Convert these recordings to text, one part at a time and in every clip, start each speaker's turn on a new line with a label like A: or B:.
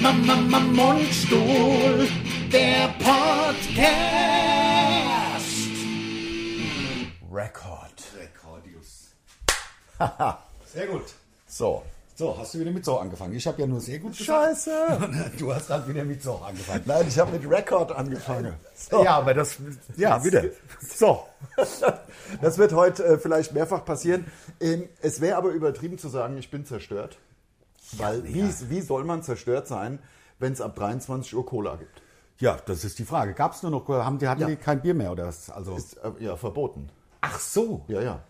A: Mama, Mama, Mundstuhl, der Podcast. Record.
B: Rekordius. sehr gut.
A: So.
B: So, hast du wieder mit so angefangen? Ich habe ja nur sehr gut gesagt.
A: Scheiße.
B: Du hast dann wieder mit so angefangen.
A: Nein, ich habe mit Record angefangen. So.
B: Ja, aber das.
A: Ja, wieder. So. Das wird heute äh, vielleicht mehrfach passieren. Ähm, es wäre aber übertrieben zu sagen, ich bin zerstört. Weil wie, wie soll man zerstört sein, wenn es ab 23 Uhr Cola gibt?
B: Ja, das ist die Frage. Gab es nur noch. Haben die, hatten
A: Ja.
B: die kein Bier mehr oder was? Also,
A: Ist äh, ja verboten.
B: ach so.
A: Ja, ja.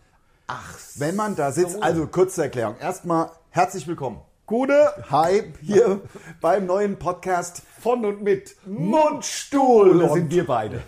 B: Ach so.
A: Wenn man da sitzt, also kurze Erklärung. Erstmal herzlich willkommen. Gute Hype hier beim neuen Podcast
B: Von und mit.
A: Mundstuhl.
B: Da sind
A: Und
B: wir beide.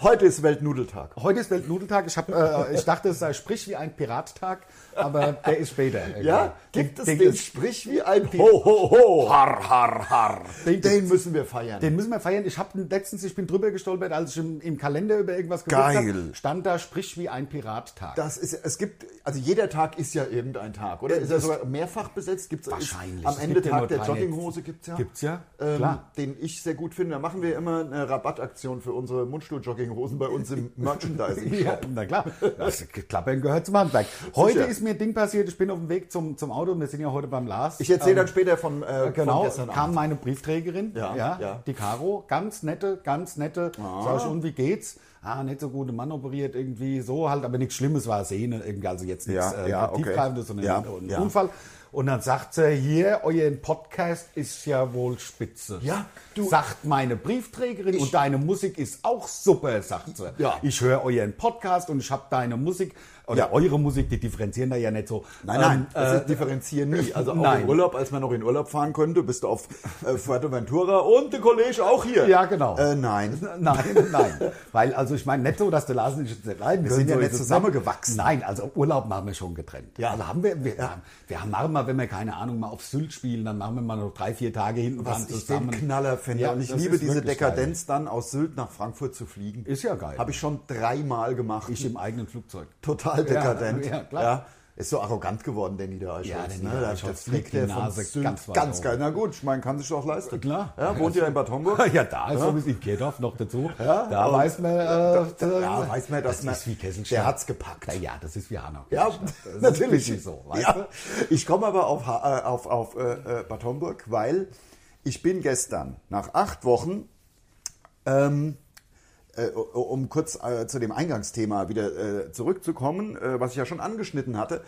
A: heute ist Weltnudeltag.
B: Heute ist Weltnudeltag. Ich, hab, äh, ich dachte, es sei Sprich wie ein Pirattag, aber der ist später.
A: Ja, gibt es
B: den,
A: den
B: den,
A: Sprich wie
B: Oh,
A: ein Ho, ho, ho, har, har, har. Den,
B: Den
A: müssen wir feiern.
B: den müssen wir feiern. Ich habe letztens, ich bin drüber gestolpert, als ich im, im Kalender über irgendwas geguckt
A: Geil.
B: habe, stand da Sprich wie ein Pirattag.
A: das ist, es gibt, also jeder Tag ist ja irgendein Tag, oder? Ist er sogar mehrfach besetzt? Gibt's,
B: Wahrscheinlich.
A: Ist, am
B: Es
A: Ende
B: gibt ja
A: Tag
B: nur
A: der
B: drei.
A: Jogginghose gibt es ja.
B: Gibt's ja,
A: Ähm,
B: klar.
A: Den ich sehr gut finde. Da machen wir immer eine Rabattaktion für unsere Mundstuhl-Jogginghosen bei uns im Merchandising.
B: Ja, na klar. Das Klappern gehört zum Handwerk. Heute
A: Sicher.
B: ist mir ein Ding passiert. Ich bin auf dem Weg zum, zum Auto und wir sind ja heute beim Lars.
A: Ich erzähle dann später von, äh, von
B: Ähm, Genau,
A: gestern Abend.
B: kam meine Briefträgerin,
A: Ja,
B: ja,
A: ja. Ah.
B: die Caro, ganz nette, ganz nette. Sag ich, und wie geht's? Ah, nicht so gute Mann operiert, irgendwie so halt, aber nichts Schlimmes war Sehne, irgendwie, also jetzt nichts
A: Ja, ja, okay.
B: tiefgreifendes, sondern
A: Ja,
B: ein
A: ja.
B: Unfall. Und dann sagt sie, hier, euer Podcast ist ja wohl spitze.
A: Ja, du-
B: Sagt meine Briefträgerin, und deine Musik ist auch super, sagt sie.
A: Ja.
B: Ich höre euren Podcast und ich habe deine Musik, oder
A: Ja.
B: eure Musik, die differenzieren da ja nicht so.
A: Nein, nein,
B: Ähm,
A: das ist differenzieren nie. Also auch
B: nein.
A: im Urlaub, als man noch in Urlaub fahren konnte, bist du auf äh, Fuerteventura und der Kollege auch hier.
B: Ja, genau.
A: Äh, nein.
B: Nein, nein. Weil, also ich meine, nicht so, dass der Lars nicht jetzt nicht leiden. Wir
A: sind ja
B: so
A: nicht
B: ist es
A: zusammengewachsen.
B: Nein, also Urlaub machen wir schon getrennt.
A: Ja.
B: Also haben wir, wir, haben, wir haben, machen mal, wenn wir keine Ahnung mal auf Sylt spielen, dann machen wir mal noch drei, vier Tage hinten
A: Was
B: dran
A: ich den Knaller finde.
B: Ja,
A: und ich
B: das
A: liebe
B: ist
A: diese
B: wirklich
A: Dekadenz, dann aus Sylt nach Frankfurt zu fliegen.
B: Ist ja geil.
A: Habe ich schon dreimal gemacht.
B: Ich im eigenen Flugzeug.
A: Total dekadent.
B: ja, klar.
A: Ist so arrogant geworden, der Niedereischholz.
B: Ja, der
A: ne?
B: Niedereischholz
A: Das fliegt
B: fliegt
A: der
B: die
A: von
B: Nase
A: Sylt
B: ganz weit
A: ganz
B: hoch.
A: geil. Na gut, ich meine, kann sich doch leisten.
B: Klar.
A: Ja, wohnt ihr in Bad Homburg?
B: Ja, da ist so wie in Kirchdorf noch dazu. da weiß man, äh,
A: Ja, weiß man, dass
B: das
A: man,
B: ist wie Kesselstadt.
A: der hat's gepackt.
B: Na ja, das ist wie Hanau.
A: Ja,
B: Das ist
A: natürlich.
B: wirklich so, weißt
A: ja.
B: du?
A: Ich komme aber auf, Ha- äh, auf, auf äh, äh, Bad Homburg, weil ich bin gestern nach acht Wochen, ähm, äh, um kurz äh, zu dem Eingangsthema wieder äh, zurückzukommen, äh, was ich ja schon angeschnitten hatte.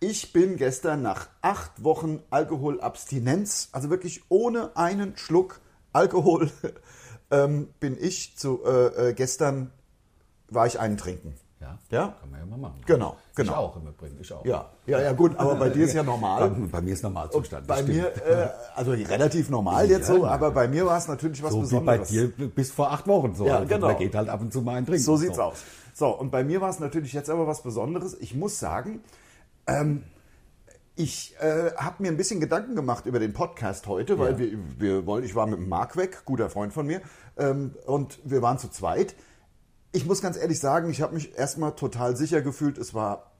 A: Ich bin gestern nach acht Wochen Alkoholabstinenz, also wirklich ohne einen Schluck Alkohol, ähm, bin ich zu äh, äh, gestern war ich einen trinken.
B: Ja,
A: Ja?
B: kann man ja mal machen.
A: Genau, genau.
B: Ich auch im Übrigen, ich auch.
A: Ja, ja, ja, gut, aber bei dir ist ja
B: Bei,
A: normal.
B: bei mir ist Normalzustand.
A: Bei
B: das stimmt.
A: mir, äh, also relativ normal jetzt
B: Ja,
A: so,
B: ja.
A: aber bei mir war es natürlich was
B: so wie bei
A: Besonderes.
B: dir bis vor acht Wochen so.
A: Ja,
B: Also
A: genau.
B: Man geht halt ab und zu mal ein Trinken.
A: So sieht's aus. So, und bei mir war es natürlich jetzt aber was Besonderes. Ich muss sagen, ähm, ich äh, habe mir ein bisschen Gedanken gemacht über den Podcast heute, weil
B: Ja.
A: wir, wir wollen, ich war mit dem Marc weg, guter Freund von mir, ähm, und wir waren zu zweit. Ich muss ganz ehrlich sagen, ich habe mich erstmal total sicher gefühlt, es war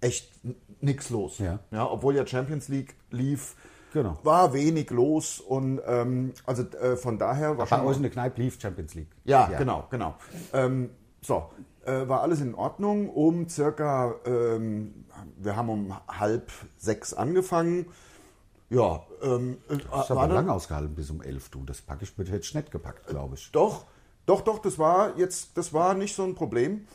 A: echt n- nix los.
B: Ja.
A: Ja, obwohl ja Champions League lief,
B: Genau.
A: war wenig los und ähm, also äh, von daher war
B: Bei
A: schon
B: euch in der Kneipe lief Champions League.
A: ja, genau, genau. Ähm, so, äh, war alles in Ordnung. Um circa, ähm, wir haben um halb sechs angefangen. Ja, ähm, äh,
B: Ich
A: war
B: habe
A: dann,
B: lang ausgehalten bis um elf. Du, das packe ich mit hätte ich nicht gepackt, glaube ich.
A: doch, doch, doch, das war jetzt, das war nicht so ein Problem.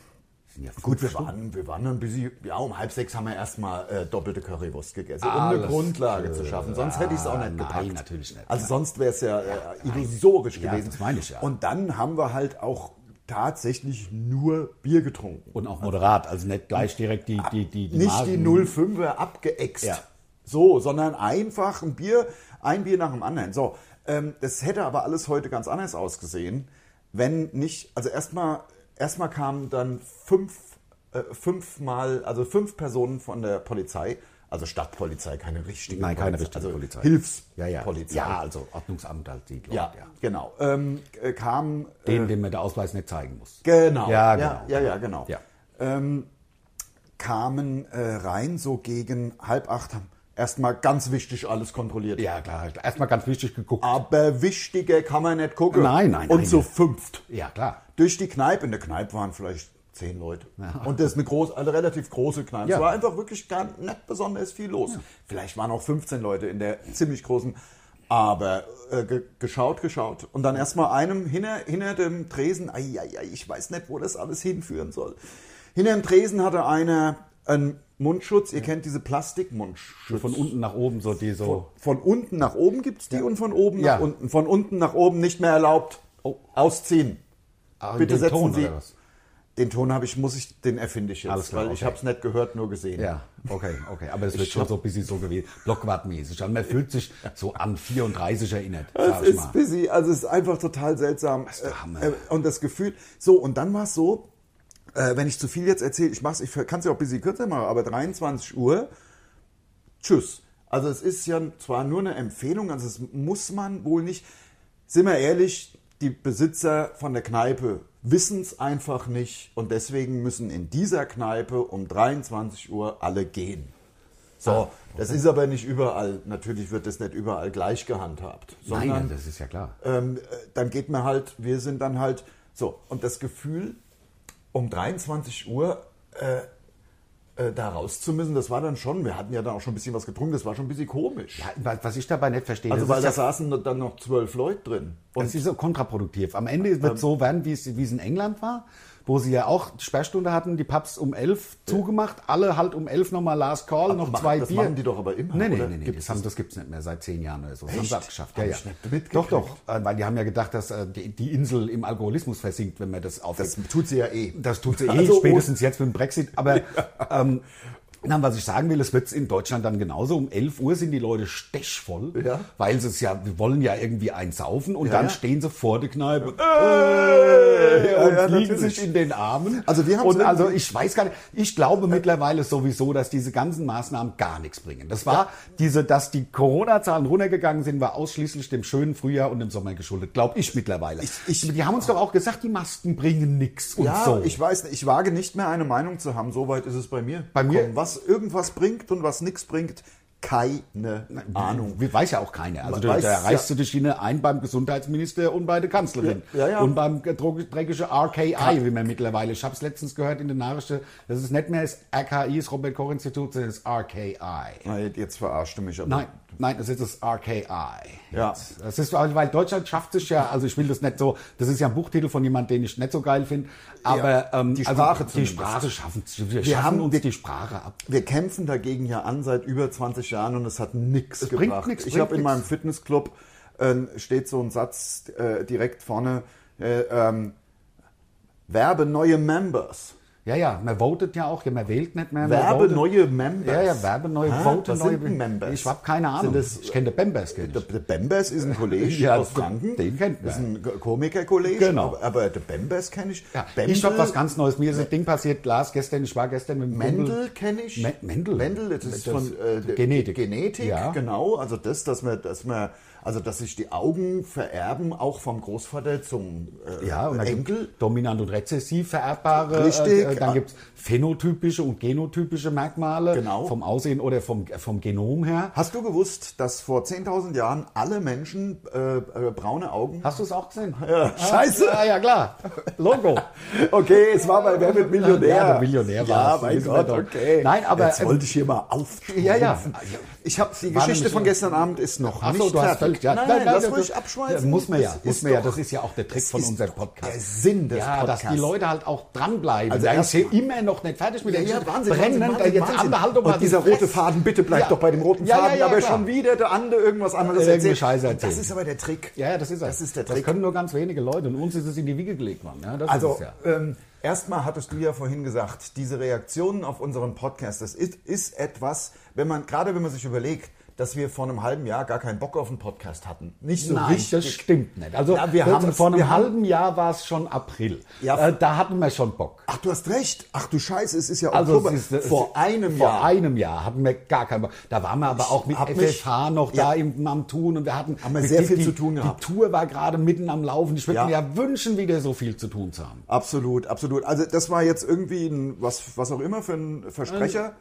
B: Das sind ja fünf
A: Gut, wir
B: Stunden.
A: waren, wir waren dann busy. Ja, um halb sechs haben wir erstmal äh, doppelte Currywurst gegessen, um eine
B: Alles
A: Grundlage
B: klar.
A: zu schaffen. Sonst hätte ich es auch nicht
B: Nein,
A: gepackt.
B: natürlich nicht.
A: Also sonst wäre es ja äh, illusorisch
B: Ja,
A: gewesen.
B: das meine ich ja.
A: Und dann haben wir halt auch tatsächlich nur Bier getrunken.
B: Und auch moderat, also nicht gleich direkt die die die, die
A: nicht
B: Masen.
A: die 05er abgeäxt.
B: Ja.
A: So, sondern einfach ein Bier, ein Bier nach dem anderen. So, ähm, das hätte aber alles heute ganz anders ausgesehen, wenn nicht, also erstmal erstmal kamen dann fünf, äh, fünfmal, also fünf Personen von der Polizei, also Stadtpolizei, keine richtige
B: Nein, keine richtige
A: Polizei, also
B: Polizei. Ja, ja.
A: Hilfspolizei.
B: Ja, also Ordnungsamt halt die Leute,
A: ja,
B: ja.
A: genau. Ähm, äh, kamen
B: Den, den man der Ausweis nicht zeigen muss.
A: Genau.
B: Ja,
A: ja,
B: genau.
A: ja, ja, genau.
B: Ja.
A: Ähm, kamen äh, rein so gegen halb acht, haben, erstmal ganz wichtig alles kontrolliert.
B: Ja, klar. Erstmal ganz wichtig geguckt.
A: Aber wichtiger kann man nicht gucken.
B: Nein, nein,
A: Und
B: nein.
A: so fünft.
B: Ja, klar.
A: Durch die Kneipe. In der Kneipe waren vielleicht zehn Leute. Und das ist eine, groß, eine relativ große Kneipe.
B: Ja.
A: Es war einfach wirklich gar nicht besonders viel los. Vielleicht waren auch 15 Leute in der ziemlich großen. Aber äh, ge geschaut, geschaut. Und dann erstmal einem hinter, hinter dem Tresen, ai, ai, ai, ich weiß nicht, wo das alles hinführen soll. Hinter dem Tresen hatte einer einen Mundschutz. Ihr kennt diese Plastikmundschutz.
B: Von unten nach oben so die so.
A: Von unten nach oben gibt es die und von oben
B: Ja.
A: nach unten. Von unten nach oben nicht mehr erlaubt. Ausziehen.
B: Ah,
A: Bitte
B: den
A: setzen
B: Ton
A: Sie-
B: oder was?
A: Den Ton habe ich, muss ich, den erfinde ich jetzt,
B: Alles klar,
A: weil ich
B: okay.
A: habe es nicht gehört, nur gesehen.
B: Ja, okay, okay. Aber es wird schon so ein bisschen so gewesen. Blockwartmäßig. Also man fühlt sich so an 34 erinnert,
A: Es
B: sag ich
A: ist
B: mal.
A: busy, also es ist einfach total seltsam.
B: ist der Hammer.
A: Äh, äh, Und das Gefühl, so, und dann war es so, äh, wenn ich zu viel jetzt erzähle, ich mach's, ich kann es ja auch ein bisschen kürzer machen, aber 23 Uhr, tschüss. Also es ist ja zwar nur eine Empfehlung, also das muss man wohl nicht. Sind wir ehrlich, die Besitzer von der Kneipe wissen es einfach nicht und deswegen müssen in dieser Kneipe um 23 Uhr alle gehen. So,
B: Ah,
A: das ist aber nicht überall, natürlich wird das nicht überall gleich gehandhabt,
B: Nein,
A: sondern
B: nein, das ist ja klar.
A: ähm, äh, dann geht man halt, wir sind dann halt so. Und das Gefühl, um 23 Uhr äh, äh, da raus zu müssen, das war dann schon, wir hatten ja dann auch schon ein bisschen was getrunken, das war schon ein bisschen komisch.
B: Ja, wa- Was ich dabei nicht verstehe,
A: also,
B: das
A: weil
B: ist
A: da
B: ja
A: saßen dann noch zwölf Leute drin. Und
B: das ist so kontraproduktiv. Am
A: Ähm,
B: Ende wird es so werden, wie es, wie es in England war, wo sie ja auch Sperrstunde hatten, die Pubs um elf zugemacht, alle halt um elf nochmal Last Call, noch
A: machen-
B: zwei
A: das
B: Bier.
A: machen die doch aber immer,
B: Nee, nee,
A: oder?
B: nee, nee
A: Gibt's
B: das, haben, das gibt's nicht mehr seit zehn Jahren oder so. Das haben sie
A: Echt?
B: abgeschafft.
A: Hab
B: ja,
A: ich
B: ja.
A: nicht mitgekriegt.
B: Doch, doch, äh, weil die haben ja gedacht, dass äh, die, die Insel im Alkoholismus versinkt, wenn man das aufhebt.
A: das tut sie ja eh.
B: Das tut sie eh
A: Also,
B: spätestens jetzt mit dem Brexit. Aber ähm, nein, was ich sagen will, es wird in Deutschland dann genauso. Um 11 Uhr sind die Leute stechvoll,
A: Ja.
B: weil sie es ja, wir wollen ja irgendwie einsaufen und
A: Ja,
B: dann
A: ja.
B: stehen sie vor der Kneipe
A: Äh, ja,
B: und
A: ja,
B: liegen
A: natürlich.
B: sich in den Armen.
A: Also wir haben's
B: und also
A: irgendwie-
B: ich weiß gar nicht, ich glaube mittlerweile sowieso, dass diese ganzen Maßnahmen gar nichts bringen. Das war diese, dass die Corona-Zahlen runtergegangen sind, war ausschließlich dem schönen Frühjahr und dem Sommer geschuldet, glaube ich mittlerweile.
A: ich-
B: die haben uns doch auch gesagt, die Masken bringen nichts und
A: Ja,
B: so.
A: ich weiß nicht, ich wage nicht mehr eine Meinung zu haben, soweit ist es bei mir.
B: Bei mir-
A: Komm, was irgendwas bringt und was nichts bringt, keine Ahnung.
B: Wie weiß ja auch keiner. Also
A: Man
B: da,
A: weiß
B: da
A: ja-
B: reißt du die Schiene ein beim Gesundheitsminister und bei der Kanzlerin.
A: Ja, ja, ja.
B: Und beim dreckischen RKI, wie man mittlerweile. Ich habe es letztens gehört in den Nachrichten. Das ist nicht mehr das RKI, das Robert-Koch-Institut, sondern das RKI.
A: Nein, jetzt verarscht du mich aber.
B: Nein, nein, das ist das RKI.
A: Ja.
B: Jetzt. Das ist, weil weil Deutschland schafft sich ja, also ich will das nicht so, das ist ja ein Buchtitel von jemandem, den ich nicht so geil finde, aber
A: Ja,
B: ähm,
A: die Sprache
B: also, die
A: zumindest.
B: Sprache schaffen, wir schaffen
A: haben-
B: uns
A: wir-
B: die Sprache ab.
A: Wir kämpfen dagegen ja an seit über 20 Jahren und es hat nichts
B: bringt
A: gebracht.
B: nix,
A: ich
B: bringt
A: habe in
B: nix.
A: meinem Fitnessclub ähm, steht so ein Satz äh, direkt vorne: äh, ähm, Werbe neue Members.
B: Ja, ja, man votet ja auch, ja, man wählt nicht mehr. man
A: Werbe
B: votet-
A: neue Members.
B: Ja, ja, Werbe neue
A: Hä?
B: Vote
A: Was
B: neue
A: sind denn Members?
B: Ich habe keine Ahnung.
A: Sind das,
B: ich kenne den Bembers kenn
A: der,
B: ich.
A: der Bembers ist ein Kollege
B: Ja,
A: aus
B: den-
A: Franken.
B: den kennt man.
A: Das ist ein Ko- Komikerkollege.
B: Genau.
A: Aber, aber der Bembers kenne ich.
B: Ja,
A: Bembel-
B: ich habe was ganz Neues. Mir ist ein Ding passiert, Lars, gestern, ich war gestern mit dem
A: Mendel
B: Kumpel-
A: kenne ich.
B: Me- Mendel?
A: Mendel, das ist
B: Das-
A: von äh, der-
B: Genetik.
A: Genetik,
B: Ja.
A: genau. Also das, dass man, dass man, also dass sich die Augen vererben, auch vom Großvater zum äh,
B: Ja, und dann
A: Enkel.
B: gibt's dominant und rezessiv vererbbare.
A: Richtig. Ah.
B: Äh, dann gibt es phänotypische und genotypische Merkmale
A: Genau.
B: vom Aussehen oder vom, vom Genom her.
A: Hast du gewusst, dass vor 10.000 Jahren alle Menschen äh, äh, braune Augen
B: Hast du es auch gesehen?
A: Ja, scheiße.
B: Ah, ja, klar. Logo.
A: Okay, es war bei Wer wird Millionär.
B: Ja, der Millionär war
A: Ja,
B: es,
A: mein
B: wissen wir
A: Gott,
B: doch.
A: okay.
B: Nein, aber,
A: Jetzt
B: ähm,
A: wollte ich hier mal auftrumpfen.
B: Ja, ja.
A: Ich habe die
B: War
A: Geschichte
B: nämlich-
A: von gestern Abend ist noch
B: Ach
A: nicht
B: so, du hast
A: fertig.
B: völlig- ja.
A: Nein,
B: Nein,
A: nein,
B: nein,
A: lass
B: das-
A: ruhig
B: das-
A: abschweifen.
B: ja, muss man ja,
A: Das
B: muss
A: ist
B: man ja,
A: doch-
B: das ist ja auch der Trick
A: das
B: von
A: ist
B: unserem
A: doch
B: Podcast.
A: Der Sinn des
B: ja,
A: Podcasts.
B: dass die Leute halt auch dranbleiben.
A: Also
B: Da
A: erst
B: ist hier immer noch nicht fertig mit
A: ja,
B: der
A: ja,
B: Geschichte.
A: Wahnsinn,
B: Brennen,
A: Wahnsinn,
B: da
A: Wahnsinn,
B: jetzt
A: Wahnsinn.
B: andere halt doch mal
A: Und dieser
B: die Fresse.
A: rote Faden, bitte bleib
B: Ja.
A: doch bei dem roten
B: Ja, ja,
A: Faden.
B: ja, genau.
A: aber
B: klar.
A: schon wieder der andere irgendwas anderes
B: Irgendeine
A: erzählt.
B: Scheiße
A: Und Das
B: erzählt.
A: ist aber der Trick.
B: Ja, ja, das ist er.
A: Das ist der
B: Das
A: Trick.
B: können nur ganz wenige Leute. Und uns ist es in die Wiege gelegt worden. Ja, das ist
A: Also,
B: es ja.
A: ähm, erstmal hattest du ja vorhin gesagt, diese Reaktionen auf unseren Podcast, das ist, ist etwas, wenn man, gerade wenn man sich überlegt, dass wir vor einem halben Jahr gar keinen Bock auf einen Podcast hatten. Nicht so
B: Nein,
A: richtig.
B: das stimmt nicht. Also
A: Ja, wir
B: das-
A: haben-
B: vor einem
A: wir haben-
B: halben Jahr war es schon April.
A: Ja.
B: äh, da hatten wir schon Bock.
A: Ach, du hast recht. Ach du Scheiße, es ist ja
B: Also
A: Oktober.
B: es ist- es
A: vor
B: ist-
A: einem
B: vor
A: Jahr.
B: einem Jahr hatten wir gar keinen Bock. Da waren wir aber auch mit
A: hab mich-
B: FFH noch
A: Ja.
B: da im, am Tun und wir hatten
A: Haben wir
B: mit
A: sehr
B: die-
A: viel
B: die,
A: zu tun gehabt.
B: Die Tour war gerade mitten am Laufen. Ich würde
A: Ja.
B: mir ja wünschen, wieder so viel zu tun zu haben.
A: Absolut, absolut. Also das war jetzt irgendwie ein, was, was auch immer für ein Versprecher.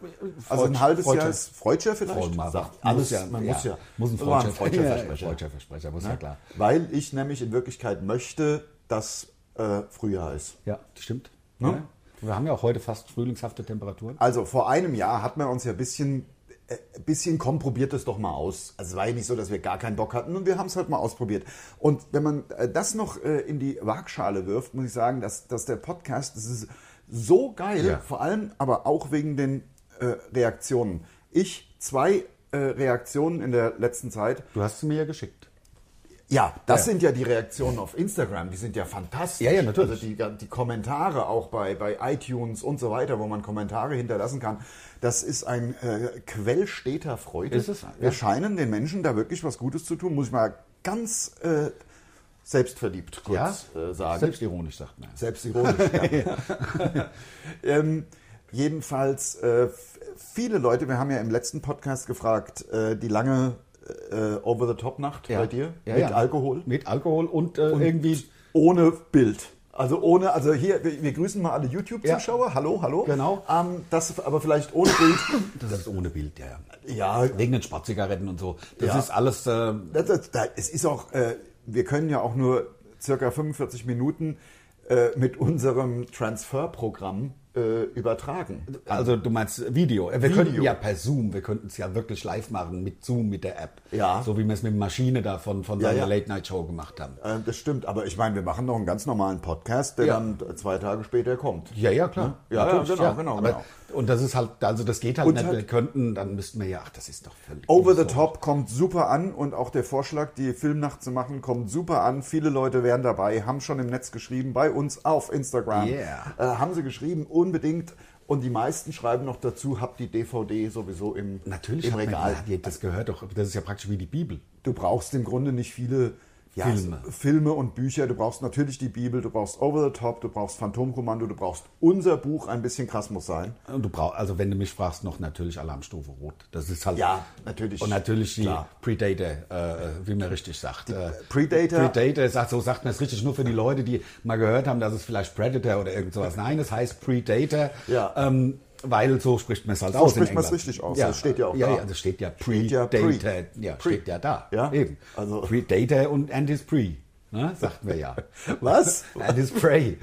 A: Also ein
B: Ähm, äh, Freud-
A: halbes
B: Freudscher.
A: Jahr ist Freudscher vielleicht.
B: Vollmer
A: Sagt
B: sagt,
A: alles,
B: muss ja,
A: man muss ja.
B: Muss ein
A: Das war
B: Freudscher,
A: Freudscher
B: Versprecher.
A: Versprecher.
B: Freudscher Versprecher, muss ja, klar.
A: Weil ich nämlich in Wirklichkeit möchte, dass äh, Frühjahr ist.
B: Ja, das stimmt. Ja. Wir haben ja auch heute fast frühlingshafte Temperaturen.
A: Also vor einem Jahr hat man uns ja ein bisschen, äh, ein bisschen komm, probiert es doch mal aus. Also es war ja nicht so, dass wir gar keinen Bock hatten und wir haben es halt mal ausprobiert. Und wenn man äh, das noch äh, in die Waagschale wirft, muss ich sagen, dass, dass der Podcast, das ist so geil,
B: Ja.
A: vor allem aber auch wegen den äh, Reaktionen. Ich zwei äh, Reaktionen in der letzten Zeit.
B: Du hast sie mir ja geschickt.
A: Ja, das
B: Ja.
A: sind ja die Reaktionen auf Instagram, die sind ja fantastisch.
B: Ja, ja, natürlich.
A: Also die, die Kommentare auch bei, bei iTunes und so weiter, wo man Kommentare hinterlassen kann. Das ist ein äh, Quell steter Freude.
B: Ist es, ja.
A: Wir scheinen den Menschen da wirklich was Gutes zu tun, muss ich mal ganz äh, selbstverliebt kurz äh, sagen.
B: Selbstironisch, sagt man.
A: Selbstironisch, ja. ähm, jedenfalls, äh, f- viele Leute, wir haben ja im letzten Podcast gefragt, äh, die lange äh, Over-the-Top-Nacht bei dir
B: Ja,
A: mit
B: ja.
A: Alkohol,
B: Mit Alkohol und, äh, irgendwie.
A: ohne Bild. Also ohne, also hier, wir, wir grüßen mal alle YouTube-Zuschauer. Hallo, hallo.
B: Genau.
A: Ähm, das aber vielleicht ohne Bild.
B: Das ist ohne Bild, ja. ja.
A: ja,
B: Wegen den Spatzzigaretten und so. Das
A: Ja.
B: ist alles. Äh,
A: Das, das, da- es ist auch, äh, wir können ja auch nur circa 45 Minuten äh, mit unserem Transferprogramm äh, übertragen.
B: also du meinst Video. Äh, Wir
A: Video.
B: könnten ja per Zoom, wir könnten es ja wirklich live machen mit Zoom, mit der App.
A: Ja.
B: So wie wir es mit Maschine da von, von
A: Ja,
B: seiner
A: ja.
B: Late-Night-Show gemacht haben.
A: Äh, Das stimmt, aber ich meine, wir machen noch einen ganz normalen Podcast, der
B: Ja.
A: dann zwei Tage später kommt.
B: Ja, ja, klar.
A: Ja, ja,
B: Natürlich,
A: genau, genau,
B: Aber,
A: genau.
B: Und das ist halt, also das geht halt
A: Und
B: nicht.
A: halt-
B: wir könnten, dann müssten wir ja, ach, das ist doch völlig.
A: Over the
B: absurd.
A: Top kommt super an und auch der Vorschlag, die Filmnacht zu machen, kommt super an. Viele Leute wären dabei, haben schon im Netz geschrieben, bei uns auf Instagram.
B: Yeah.
A: Äh, haben sie geschrieben, unbedingt. Und die meisten schreiben noch dazu, habt die DVD sowieso im,
B: Natürlich,
A: im
B: hat man-
A: Regal.
B: ja, das gehört doch, das ist ja praktisch wie die Bibel.
A: du brauchst im Grunde nicht viele ja,
B: Filme.
A: Filme. Filme und Bücher. Du brauchst natürlich die Bibel, du brauchst Over the Top, du brauchst Phantomkommando, du brauchst unser Buch, ein bisschen krass muss sein.
B: Und du brauchst, also wenn du mich fragst, noch natürlich Alarmstufe Rot. Das ist halt.
A: Ja, natürlich.
B: Und natürlich die
A: Klar.
B: Predator, äh, wie man richtig sagt. äh,
A: Predator-
B: Predator, sagt, so sagt man es richtig, nur für die Leute, die mal gehört haben, dass es vielleicht Predator oder irgend sowas. Nein, es heißt Predator.
A: Ja.
B: Ähm, weil so spricht man es halt
A: So
B: aus. in
A: spricht man's
B: England.
A: richtig aus,
B: Ja,
A: das steht ja auch
B: ja,
A: da.
B: Ja, das steht ja
A: Steht ja
B: Predator.
A: pre.
B: Ja,
A: Pre.
B: steht ja da.
A: Ja,
B: Eben.
A: also-
B: Predator und and his pre. Ne, sagt man ja.
A: Was?
B: And his prey.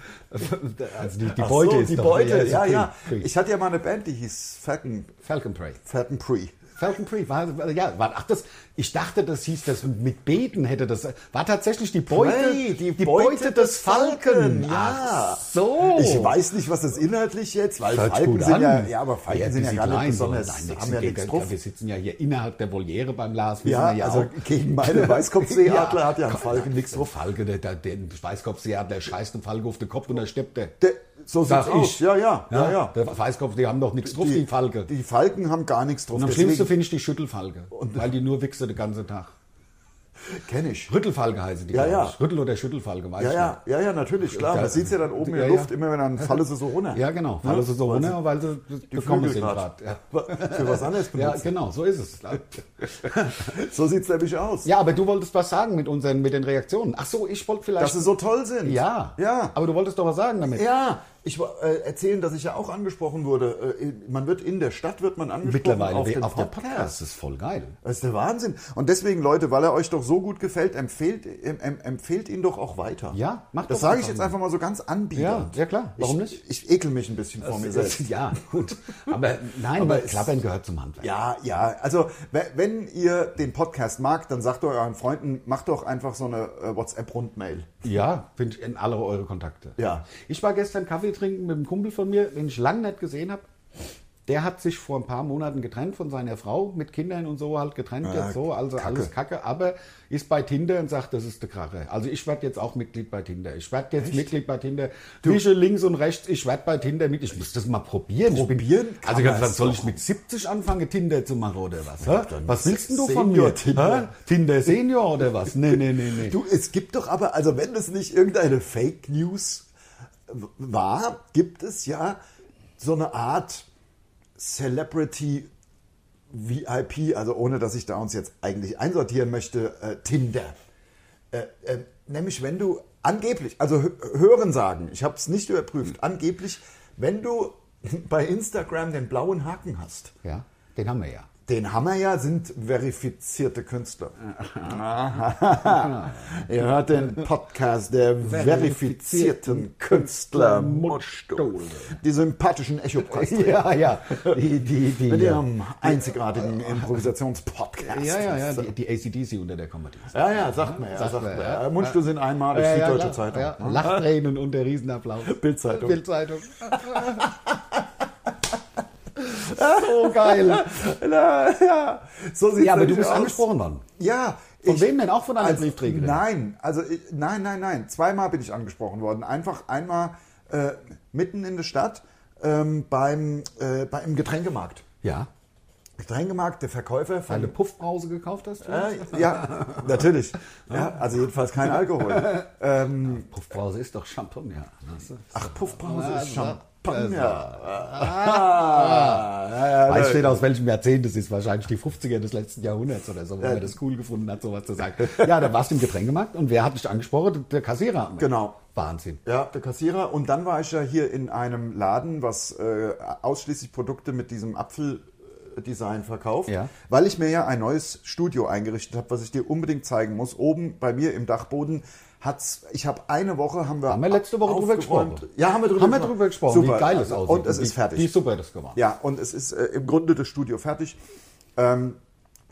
B: Also die, die
A: Ach
B: Beute
A: so,
B: ist
A: die
B: doch-
A: Beute,
B: ist
A: ja,
B: Pre,
A: ja.
B: Pre.
A: Ich hatte ja mal eine Band, die hieß Falcon,
B: Falcon Prey.
A: Falcon Pre.
B: Falcon Prey, war, war- ja, war, ach, das, ich dachte, das hieß, das mit Beten hätte das, war tatsächlich die Beute,
A: Prey, die Beute des Falken, ja.
B: Ach so.
A: Ich weiß nicht, was das inhaltlich jetzt, weil
B: Oh. Hört
A: Falken
B: gut
A: sind
B: an.
A: ja, ja, aber Falken
B: die
A: sind ja gar nicht
B: klein, sondern
A: besonders,
B: nein, nix,
A: haben ja
B: die-
A: nichts
B: die-
A: drauf.
B: Wir sitzen ja hier innerhalb der Voliere beim Lars. wissen
A: Ja,
B: wir
A: also gegen meine Weißkopfseeadler hat ja ein Falken nichts
B: drauf. Falke, der, der, der Weißkopfseeadler, der scheißt dem Falke auf den Kopf und dann stirbt der.
A: Der- so
B: Sag
A: sieht's aus.
B: ich.
A: Ja, ja, ja, ja.
B: Der Weißkopf, die haben doch nichts drauf, die, Falke.
A: Die Falken haben gar nichts drauf.
B: und am schlimmsten finde ich die Schüttelfalke, weil die nur wichse den ganzen Tag.
A: kenne ich.
B: Rüttelfalke heißen die,
A: Ja,
B: glaub
A: ja.
B: ich. Rüttel- oder Schüttelfalke, weiß
A: Ja,
B: ich
A: ja, ja, ja, natürlich, klar.
B: Ja,
A: Man sieht ja dann oben in
B: ja,
A: der
B: ja.
A: Luft, immer wenn dann falle sie so runter. Ne?
B: nicht. Ja, genau. Weil sie so
A: Weil
B: runter, weil sie gekommen sind
A: grad.
B: gerade. Ja.
A: Für was anderes
B: ja,
A: benutzen.
B: genau, so ist es.
A: So sieht's nämlich aus.
B: Ja, aber du wolltest was sagen mit unseren, mit den Reaktionen. Ach so, ich wollte vielleicht...
A: Dass sie so toll sind.
B: ja,
A: Ja.
B: aber du wolltest doch was sagen damit.
A: Ja, ich wo- äh, erzählen, dass ich ja auch angesprochen wurde. Äh, in- man wird in der Stadt wird man angesprochen
B: Mittlerweile
A: auf
B: wie-
A: den
B: der
A: Podcast.
B: Podcast ist voll geil.
A: Das ist der Wahnsinn. Und deswegen, Leute, weil er euch doch so gut gefällt, empfehlt, em, em, empfehlt ihn doch auch weiter.
B: Ja,
A: mach
B: macht
A: Das
B: doch
A: sage ich
B: einfach
A: jetzt
B: mal.
A: einfach mal so ganz anbiedernd.
B: Ja, ja, klar. Warum
A: ich,
B: nicht?
A: Ich ekel mich ein bisschen vor mir selbst.
B: Ja, gut. Aber nein, aber Klappern gehört zum Handwerk.
A: Ja, ja. Also we- wenn ihr den Podcast magt, dann sagt doch euren Freunden, macht doch einfach so eine äh, WhatsApp-Rundmail.
B: Ja, finde ich in alle eure Kontakte.
A: Ja.
B: Ich war gestern Kaffee trinken mit einem Kumpel von mir, den ich lange nicht gesehen habe. Der hat sich vor ein paar Monaten getrennt von seiner Frau, mit Kindern und so halt getrennt
A: Ja,
B: jetzt so, also
A: Ah, Kacke.
B: alles Kacke, aber ist bei Tinder und sagt, das ist der Krache. Also ich werde jetzt auch Mitglied bei Tinder. Ich werde jetzt Mitglied bei Tinder. Tische links und rechts, ich werde bei Tinder mit. Ich muss das mal probieren.
A: Probieren
B: Ich bin,
A: kann
B: also ganz dann
A: man's
B: soll ich
A: doch.
B: mit 70 anfangen, Tinder zu machen oder was? hä?
A: dann
B: was willst denn du von
A: Senior
B: mir?
A: Tinder.
B: Tinder. Tinder Senior oder was? Nee, nee, nee, nee.
A: Du, es gibt doch aber, also wenn es nicht irgendeine Fake News w- war, gibt es ja so eine Art Celebrity VIP, also ohne dass ich da uns jetzt eigentlich einsortieren möchte, äh, Tinder. Äh, äh, nämlich wenn du angeblich, also hö- hören sagen, ich habe es nicht überprüft, angeblich, wenn du bei Instagram den blauen Haken hast,
B: Ja, den haben wir ja.
A: den haben wir ja, sind verifizierte Künstler. Ihr hört den Podcast der verifizierten Künstler Mundstuhl. Die sympathischen Echo-Preisträger.
B: Ja, ja. Die, die, die,
A: Mit
B: ja.
A: ihrem einzigartigen Improvisationspodcast.
B: ja, ja, ja, die, die ACDC unter der Comedy.
A: Ja, ja, sagt man ja. Sagt man, ja. Mundstuhl sind einmalig,
B: Ja, ja,
A: Süddeutsche
B: klar.
A: Zeitung.
B: Ja. Lachtränen und der Riesenapplaus.
A: Bildzeitung.
B: ne? Bildzeitung. so geil.
A: Ja, ja. So sieht's
B: Ja, aber du
A: nämlich
B: bist
A: aus.
B: angesprochen worden.
A: Ja.
B: Von wem denn? Auch von einer
A: also,
B: Briefträgerin?
A: Nein, also ich, nein, nein, nein. Zweimal bin ich angesprochen worden. Einfach einmal äh, mitten in der Stadt ähm, beim, äh, beim Getränkemarkt.
B: Ja.
A: Getränkemarkt, der Verkäufer von
B: Eine Puffbrause gekauft hast du?
A: Äh, ja, natürlich. Ja, also jedenfalls kein Alkohol. ähm,
B: Puffbrause ist doch Also, Champagner. Weißt du?
A: ach, Puffbrause
B: Ja,
A: ist
B: also,
A: Champagner. Ah, ja, ja,
B: Weiß steht aus welchem Jahrzehnt es ist, wahrscheinlich die 50er des letzten Jahrhunderts oder so, wo man das cool gefunden hat, sowas zu sagen. Ja, da warst du im Getränkemarkt und wer hat dich angesprochen? Der Kassierer. am Ende.
A: Genau.
B: Wahnsinn.
A: Ja, der Kassierer. Und dann war ich ja hier in einem Laden, was äh, ausschließlich Produkte mit diesem Apfeldesign verkauft,
B: Ja.
A: weil ich mir ja ein neues Studio eingerichtet habe, was ich dir unbedingt zeigen muss. Oben bei mir im Dachboden hat's. Ich habe eine Woche haben wir
B: Haben wir letzte Woche drüber
A: aufgeräumt.
B: gesprochen?
A: Ja, haben wir drüber
B: Haben wir drüber gesprochen,
A: Super.
B: wie geil es aussieht.
A: Und es ist
B: wie,
A: fertig.
B: Wie super das gemacht.
A: Ja, und es ist äh, im Grunde das Studio fertig. Ähm,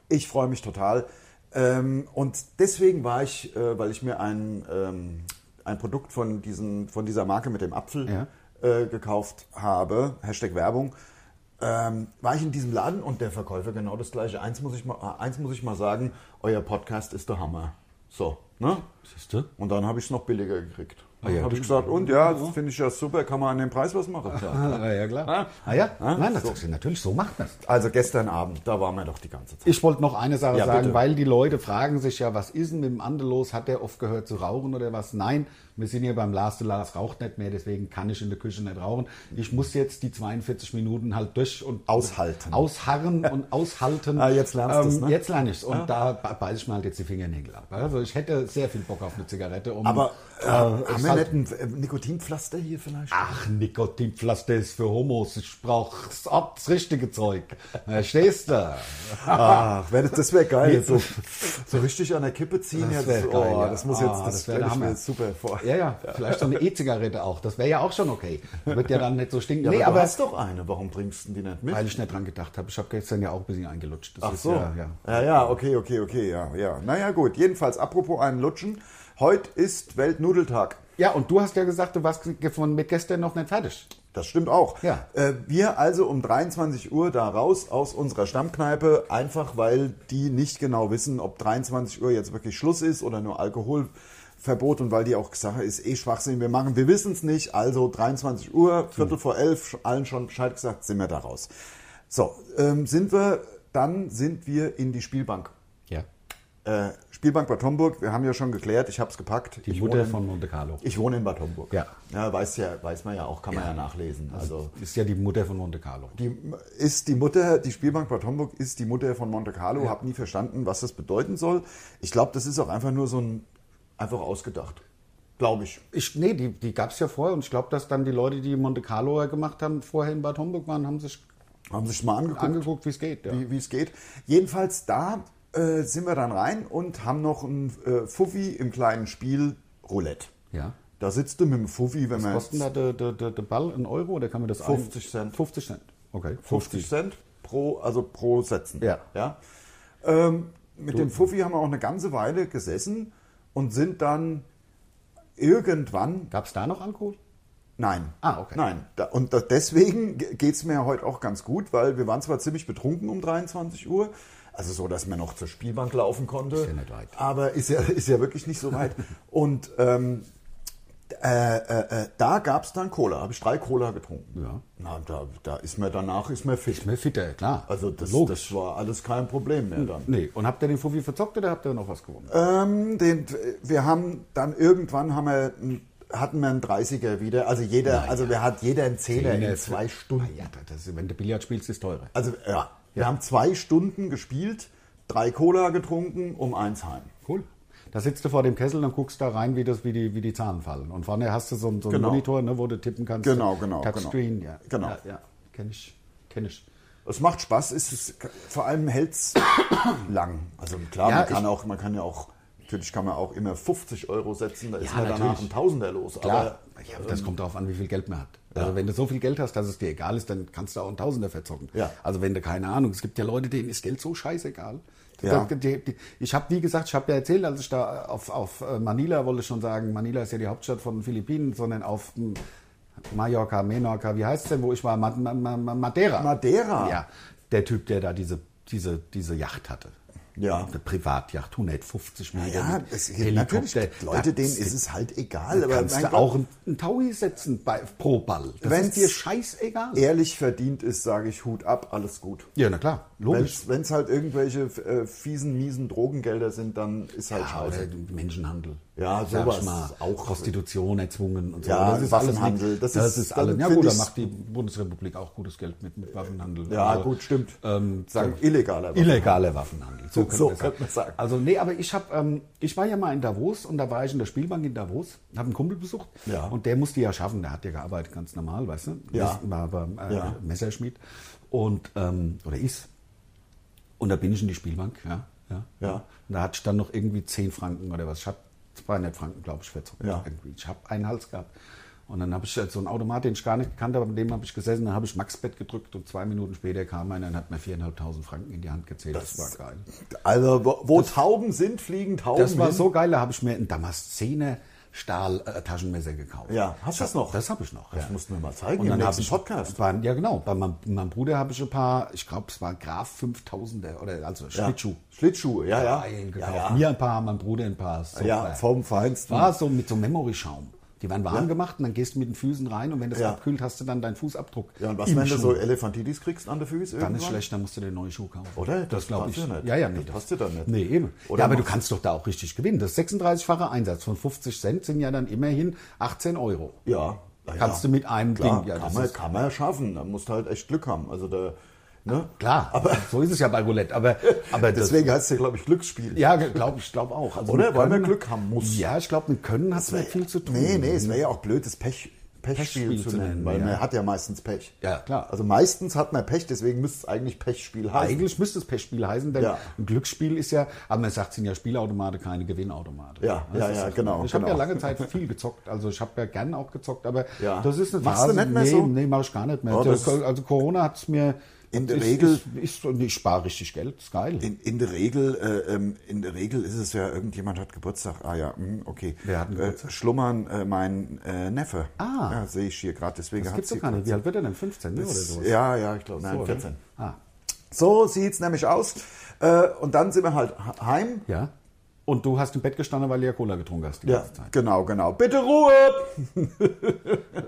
A: ich freue mich total. Ähm, und deswegen war ich, äh, weil ich mir ein, ähm, ein Produkt von, diesen, von dieser Marke mit dem Apfel
B: Ja.
A: äh, gekauft habe, Hashtag Werbung, ähm, war ich in diesem Laden und der Verkäufer genau das gleiche. Eins muss ich mal, äh, eins muss ich mal sagen, euer Podcast ist der Hammer. So, ne?
B: Siehst du?
A: Und dann habe ich es noch billiger gekriegt.
B: Ah ja,
A: habe ich
B: du-
A: gesagt, und ja, das finde ich ja super, kann man an dem Preis was machen. Ja.
B: Ah, ja, klar. Ah, ja? Nein, das sagst du natürlich, so macht das.
A: Also gestern Abend, da waren wir doch die ganze Zeit.
B: Ich wollte noch eine Sache
A: Ja,
B: sagen,
A: bitte.
B: weil die Leute fragen sich ja, was ist denn mit dem anderen los? Hat der oft gehört zu rauchen oder was? Nein, wir sind hier beim Lars de Lars raucht nicht mehr, deswegen kann ich in der Küche nicht rauchen. Ich muss jetzt die 42 Minuten halt durch und
A: Aushalten.
B: ausharren und aushalten. Ähm,
A: Ah, jetzt lernst du's, ne?
B: Jetzt lerne ich's und da be- beiße ich mir halt jetzt die Fingernägel ab. Also ich hätte sehr viel Bock auf eine Zigarette. Um,
A: Aber äh, haben
B: es
A: wir
B: halt-
A: nicht ein äh, Nikotinpflaster hier vielleicht?
B: Ach, Nikotinpflaster ist für Homos. Ich brauch das richtige Zeug. Verstehst du?
A: Ach, Ah, wär das, das wäre geil. so, so richtig an der Kippe ziehen.
B: Das
A: Das,
B: wär
A: jetzt,
B: geil,
A: oh,
B: ja.
A: das muss
B: Ah,
A: jetzt, das,
B: das wär
A: stelle
B: der
A: ich mir
B: Hammer.
A: jetzt super vor.
B: Ja, ja, vielleicht so eine E-Zigarette auch. Das wäre ja auch schon okay. Wird ja dann nicht so stinken.
A: Ja,
B: nee,
A: du
B: aber
A: hast doch eine, warum trinkst du die nicht mit?
B: weil ich nicht dran gedacht habe. Ich habe gestern ja auch ein bisschen eingelutscht. Das
A: Ach so.
B: Ja,
A: Ja,
B: ja.
A: ja, okay, okay, okay, ja, ja. Naja, gut. Jedenfalls, apropos einen Lutschen, heute ist Weltnudeltag.
B: ja, und du hast ja gesagt, du warst ge- von mit gestern noch nicht fertig.
A: Das stimmt auch.
B: Ja.
A: Äh, wir also um 23 Uhr da raus aus unserer Stammkneipe, einfach weil die nicht genau wissen, ob 23 Uhr jetzt wirklich Schluss ist oder nur Alkoholverbot und weil die auch gesagt haben, ist eh Schwachsinn, wir machen, wir wissen es nicht. Also 23
B: Hm.
A: Uhr, Viertel vor elf, sch- allen schon Bescheid gesagt, sind wir da raus. So, ähm, sind wir, dann sind wir in die Spielbank.
B: Ja.
A: Äh, Spielbank Bad Homburg, wir haben ja schon geklärt, ich habe es gepackt.
B: Die
A: ich
B: Mutter
A: wohne,
B: von Monte Carlo.
A: Ich wohne in Bad Homburg.
B: Ja.
A: ja, weiß ja, weiß man ja auch, kann man ja, nachlesen. Also
B: Ist ja die Mutter von Monte Carlo.
A: die ist die Mutter, die Spielbank Bad Homburg ist die Mutter von Monte Carlo. Hab nie verstanden, was das bedeuten soll. Ich glaube, das ist auch einfach nur so ein einfach ausgedacht, glaube ich.
B: Ich, nee, die, die gab es ja vorher und ich glaube, dass dann die Leute, die Monte Carlo gemacht haben, vorher in Bad Homburg waren, haben sich
A: Haben sich mal angeguckt,
B: angeguckt, wie es geht. Ja.
A: wie wie es geht. Jedenfalls da äh, sind wir dann rein und haben noch ein äh, Fuffi im kleinen Spiel Roulette.
B: ja.
A: Da sitzt du mit dem Fuffi, wenn man
B: Kosten da der de, de, de Ball einen Euro oder kann man das ein-
A: 50 Cent.
B: 50 Cent. Okay.
A: 50 Cent pro, also pro Sätzen.
B: Ja.
A: ja? Ähm, mit dem Fuffi haben wir auch eine ganze Weile gesessen und sind dann irgendwann
B: Gab es da noch Alkohol?
A: Nein.
B: Ah, okay.
A: Nein. Da, und da, deswegen geht es mir heute auch ganz gut, weil wir waren zwar ziemlich betrunken um 23 Uhr, also so, dass man noch zur Spielbank laufen konnte.
B: Ist ja nicht weit.
A: Aber ist ja, ist ja wirklich nicht so weit. und ähm, äh, äh, äh, da gab es dann Cola, habe ich drei Cola getrunken.
B: Ja.
A: Na, da, da ist mir danach, ist mir fit.
B: Ist mir fitter, klar.
A: Also das,
B: Logisch.
A: das war alles kein Problem mehr dann.
B: Nee, und habt ihr den Fuffi verzockt oder habt ihr noch was gewonnen?
A: Ähm, den, wir haben dann irgendwann haben wir, einen- hatten wir einen 30er wieder. Also jeder, also wir hat jeder einen Zehner in zwei Stunden.
B: Ja, das ist, wenn du Billard spielst, ist teurer.
A: Also ja, wir haben zwei Stunden gespielt, drei Cola getrunken, um eins heim.
B: Cool. Da sitzt du vor dem Kessel und guckst da rein, wie, das, wie, die, wie die Zahlen fallen. Und vorne hast du so, einen- so einen
A: Genau.
B: Monitor, ne, wo du tippen kannst.
A: Genau, genau,
B: Touchscreen,
A: genau.
B: ja.
A: Genau.
B: Ja, ja. Kenn ich. Kenn ich.
A: Es macht Spaß, es ist, vor allem hält's lang. Also klar,
B: Ja,
A: man kann
B: ich-
A: auch, man kann ja auch, natürlich kann man auch immer 50 Euro setzen, da ist
B: Ja,
A: man danach
B: natürlich.
A: ein Tausender los.
B: Klar.
A: Aber
B: ja, das kommt darauf an, wie viel Geld man hat. Also wenn du so viel Geld hast, dass es dir egal ist, dann kannst du auch einen Tausender verzocken.
A: Ja.
B: Also wenn du keine Ahnung, es gibt ja Leute, denen ist Geld so scheißegal. Die
A: Ja.
B: sagen, die, die, ich habe, wie gesagt, ich habe ja erzählt, als ich da auf, auf äh, Manila wollte ich schon sagen, Manila ist ja die Hauptstadt von den Philippinen, sondern auf hm, Mallorca, Menorca, wie heißt es denn, wo ich war? Ma Ma Ma Ma- Madeira.
A: Madeira.
B: Ja, der Typ, der da diese, diese, diese Yacht hatte.
A: Ja.
B: Eine Privatjacht, 150 Meter.
A: ja,
B: mit
A: es, natürlich
B: Helikopter.
A: gibt Leute, denen
B: Das-
A: ist es halt egal.
B: da
A: Aber
B: kannst
A: mein
B: du
A: Gott,
B: auch einen- einen Taui setzen bei, pro Ball. Das
A: Wenn's-
B: ist dir scheißegal.
A: ehrlich verdient ist, sage ich Hut ab, alles gut.
B: Ja, na klar,
A: Wenn es halt irgendwelche äh, fiesen, miesen Drogengelder sind, dann ist halt
B: Ja,
A: scheiße.
B: oder Menschenhandel.
A: Ja,
B: Sag
A: sowas.
B: ich Mal. Auch Prostitution erzwungen und so.
A: Ja,
B: alles
A: Waffenhandel,
B: nicht-
A: das
B: das
A: ist-
B: ist
A: dann
B: alles. Ja
A: find
B: gut, da
A: ich's-
B: macht die Bundesrepublik auch gutes Geld mit, mit Waffenhandel.
A: Ja,
B: Also,
A: gut, stimmt.
B: Ähm,
A: Sagen illegaler Waffenhandel.
B: Illegaler Waffenhandel. So,
A: So
B: könnte
A: könnte man sagen.
B: Also nee, aber ich habe, ähm, ich war ja mal in Davos und da war ich in der Spielbank in Davos, habe einen Kumpel besucht
A: Ja.
B: und der musste ja schaffen, der hat ja gearbeitet, ganz normal, weißt du?
A: Ja.
B: War beim äh,
A: Ja.
B: Messerschmied und ähm, oder ist. Und da bin ich in die Spielbank, ja. ja.
A: Ja.
B: Und da hatte ich dann noch irgendwie 10 Franken oder was. Ich habe 200 Franken, glaube ich, verzockt.
A: Ja.
B: Irgendwie. Ich habe einen Hals gehabt. Und dann habe ich halt so einen Automat, den ich gar nicht gekannt habe, mit dem habe ich gesessen, dann habe ich Max Bett gedrückt und zwei Minuten später kam einer und hat mir 4.500 Franken in die Hand gezählt. Das, war geil.
A: Also, wo, wo Tauben sind, fliegen Tauben.
B: Das war
A: hin.
B: so geil, da habe ich mir ein Damaszener Stahl-Taschenmesser gekauft.
A: Ja, hast du das noch?
B: Das habe ich noch.
A: Das musst du mir mal zeigen
B: Und
A: im
B: dann
A: nächsten
B: habe ich
A: Podcast.
B: Bei, ja, genau. Bei meinem, meinem Bruder habe ich ein paar, ich glaube, es war Graf 5000er oder also
A: Ja.
B: Schlittschuh.
A: Schlittschuhe, ja, ja.
B: Verein
A: Ja,
B: gekauft.
A: ja.
B: Mir ein paar, mein Bruder ein paar. So
A: Ja,
B: äh,
A: vom Feinsten.
B: War so mit so Memory-Schaum. Die waren warm
A: Ja.
B: gemacht und dann gehst du mit den Füßen rein und wenn das
A: Ja.
B: abkühlt, hast du dann deinen Fußabdruck.
A: Ja, und was,
B: im
A: wenn du
B: Schuh.
A: so Elefantitis kriegst an der Füße?
B: Dann ist
A: irgendwann?
B: schlecht, dann musst du dir einen neuen Schuh kaufen.
A: Oder? Das
B: glaub
A: passt ja nicht.
B: Ja, ja, nee,
A: Das passt ja dann nicht.
B: Nee, eben.
A: Oder
B: ja, aber du
A: machst-
B: kannst doch da auch richtig gewinnen. Das 36-fache Einsatz von 50 Cent sind ja dann immerhin 18 Euro.
A: Ja. Na ja.
B: Kannst du mit einem
A: Klar,
B: Ding. Ja,
A: kann,
B: das
A: man,
B: ist-
A: kann man schaffen. Da musst du halt echt Glück haben. Also da, ne?
B: Klar, aber so ist es ja bei Roulette. Aber, aber das,
A: Deswegen heißt es ja, glaube ich, Glücksspiel.
B: ja, glaube ich glaub auch. Also
A: Oder?
B: mit
A: Weil man
B: Können-
A: Glück haben muss.
B: Ja, ich glaube, mit Können hat es nicht viel zu tun.
A: Nee, nee, es wäre ja auch blöd, das Pech, Pechspiel,
B: Pechspiel
A: zu
B: zu
A: nennen,
B: nennen,
A: weil
B: ja.
A: man hat ja meistens Pech.
B: Ja, klar.
A: Also meistens hat man Pech, deswegen müsste es eigentlich Pechspiel heißen.
B: Eigentlich müsste es Pechspiel heißen, denn
A: Also Ja.
B: ein Glücksspiel ist ja, aber man sagt, sind ja Spielautomate, keine Gewinnautomate.
A: Ja,
B: Das
A: ja,
B: ist
A: ja, genau,
B: Ich habe
A: genau.
B: ja lange Zeit viel gezockt, also ich habe ja gern auch gezockt, aber
A: Ja.
B: das ist eine
A: Machst du nicht mehr
B: nee,
A: so?
B: nee, mache ich gar nicht mehr.
A: Oh, das
B: also, also Corona hat es mir...
A: In der
B: ist,
A: Regel-
B: Ist, ist, so- nee, ich spare richtig Geld, ist geil.
A: In, in der Regel, äh, ähm, in der Regel ist es ja, irgendjemand hat Geburtstag. Ah ja, hm, okay.
B: Wer hat denn
A: äh, schlummern äh, mein äh, Neffe.
B: Ah.
A: Ja, sehe ich hier gerade. Deswegen
B: das
A: hat
B: gibt's doch gar nicht. Wie alt wird er denn? 15 ne, oder sowas?
A: Ja, ja, ich glaube. Nein,
B: So, oder?
A: 14.
B: Ah,
A: So sieht's nämlich aus. Äh, und dann sind wir halt he- heim.
B: ja. Und du hast im Bett gestanden, weil du ja Cola getrunken hast die
A: Ja,
B: ganze Zeit.
A: genau, genau. Bitte Ruhe!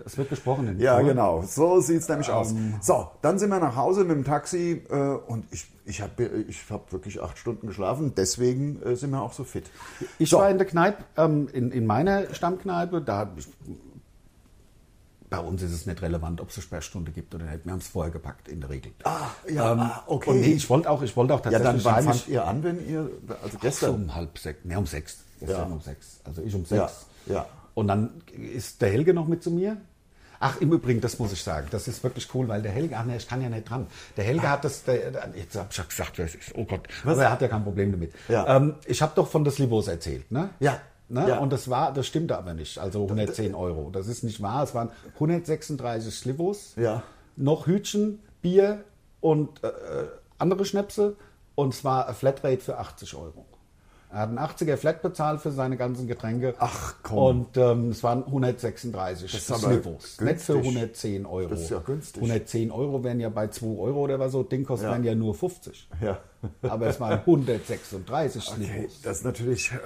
B: Es wird gesprochen. in-
A: Ja,
B: Cola?
A: genau. So sieht's nämlich aus.
B: Ähm.
A: So, dann sind wir nach Hause mit dem Taxi äh, und ich, ich habe ich hab wirklich acht Stunden geschlafen. Deswegen äh, sind wir auch so fit.
B: Ich
A: so,
B: war in der Kneipe, ähm, in, in meiner Stammkneipe, da ich, bei uns ist es nicht relevant, ob es eine Sperrstunde gibt oder nicht. Wir haben es vorher gepackt in der Regel.
A: Ah, ja, ah, okay.
B: Ähm, Und nee, ich wollte auch, Also ich wollte auch
A: ja, dann
B: tatsächlich
A: wann
B: heimlich-
A: fangt ihr an, wenn ihr, also
B: so
A: gestern,
B: um halb sechs, ne um sechs, gestern
A: Ja.
B: um sechs, also ich um sechs.
A: Ja, ja.
B: Und dann ist der Helge noch mit zu mir. Ach, im Übrigen, das muss ich sagen, das ist wirklich cool, weil der Helge, ach ne, ich kann ja nicht dran. Der Helge hat das, der, der- jetzt hab ich ja gesagt, wer es ist, oh Gott, aber er hat ja kein Problem damit.
A: Ja.
B: Ähm, ich habe doch von des Libos erzählt, ne?
A: Ja.
B: Ne?
A: Ja.
B: Und das war, das stimmte aber nicht. Also 110 Euro. Das ist nicht wahr. Es waren 136 Slivos,
A: Ja.
B: noch Hütchen, Bier und äh, andere Schnäpse. Und zwar Flatrate für 80 Euro. Er hat einen 80er Flat bezahlt für seine ganzen Getränke.
A: Ach, komm.
B: Und ähm, es waren 136
A: Das ist aber günstig.
B: Nicht für 110 Euro.
A: Das ist ja günstig.
B: 110 Euro wären ja bei 2 Euro oder was so. Ding kostet
A: Ja.
B: wären ja nur 50.
A: Ja.
B: Aber es waren 136
A: Okay,
B: Sniffelwurst.
A: das ist natürlich, äh,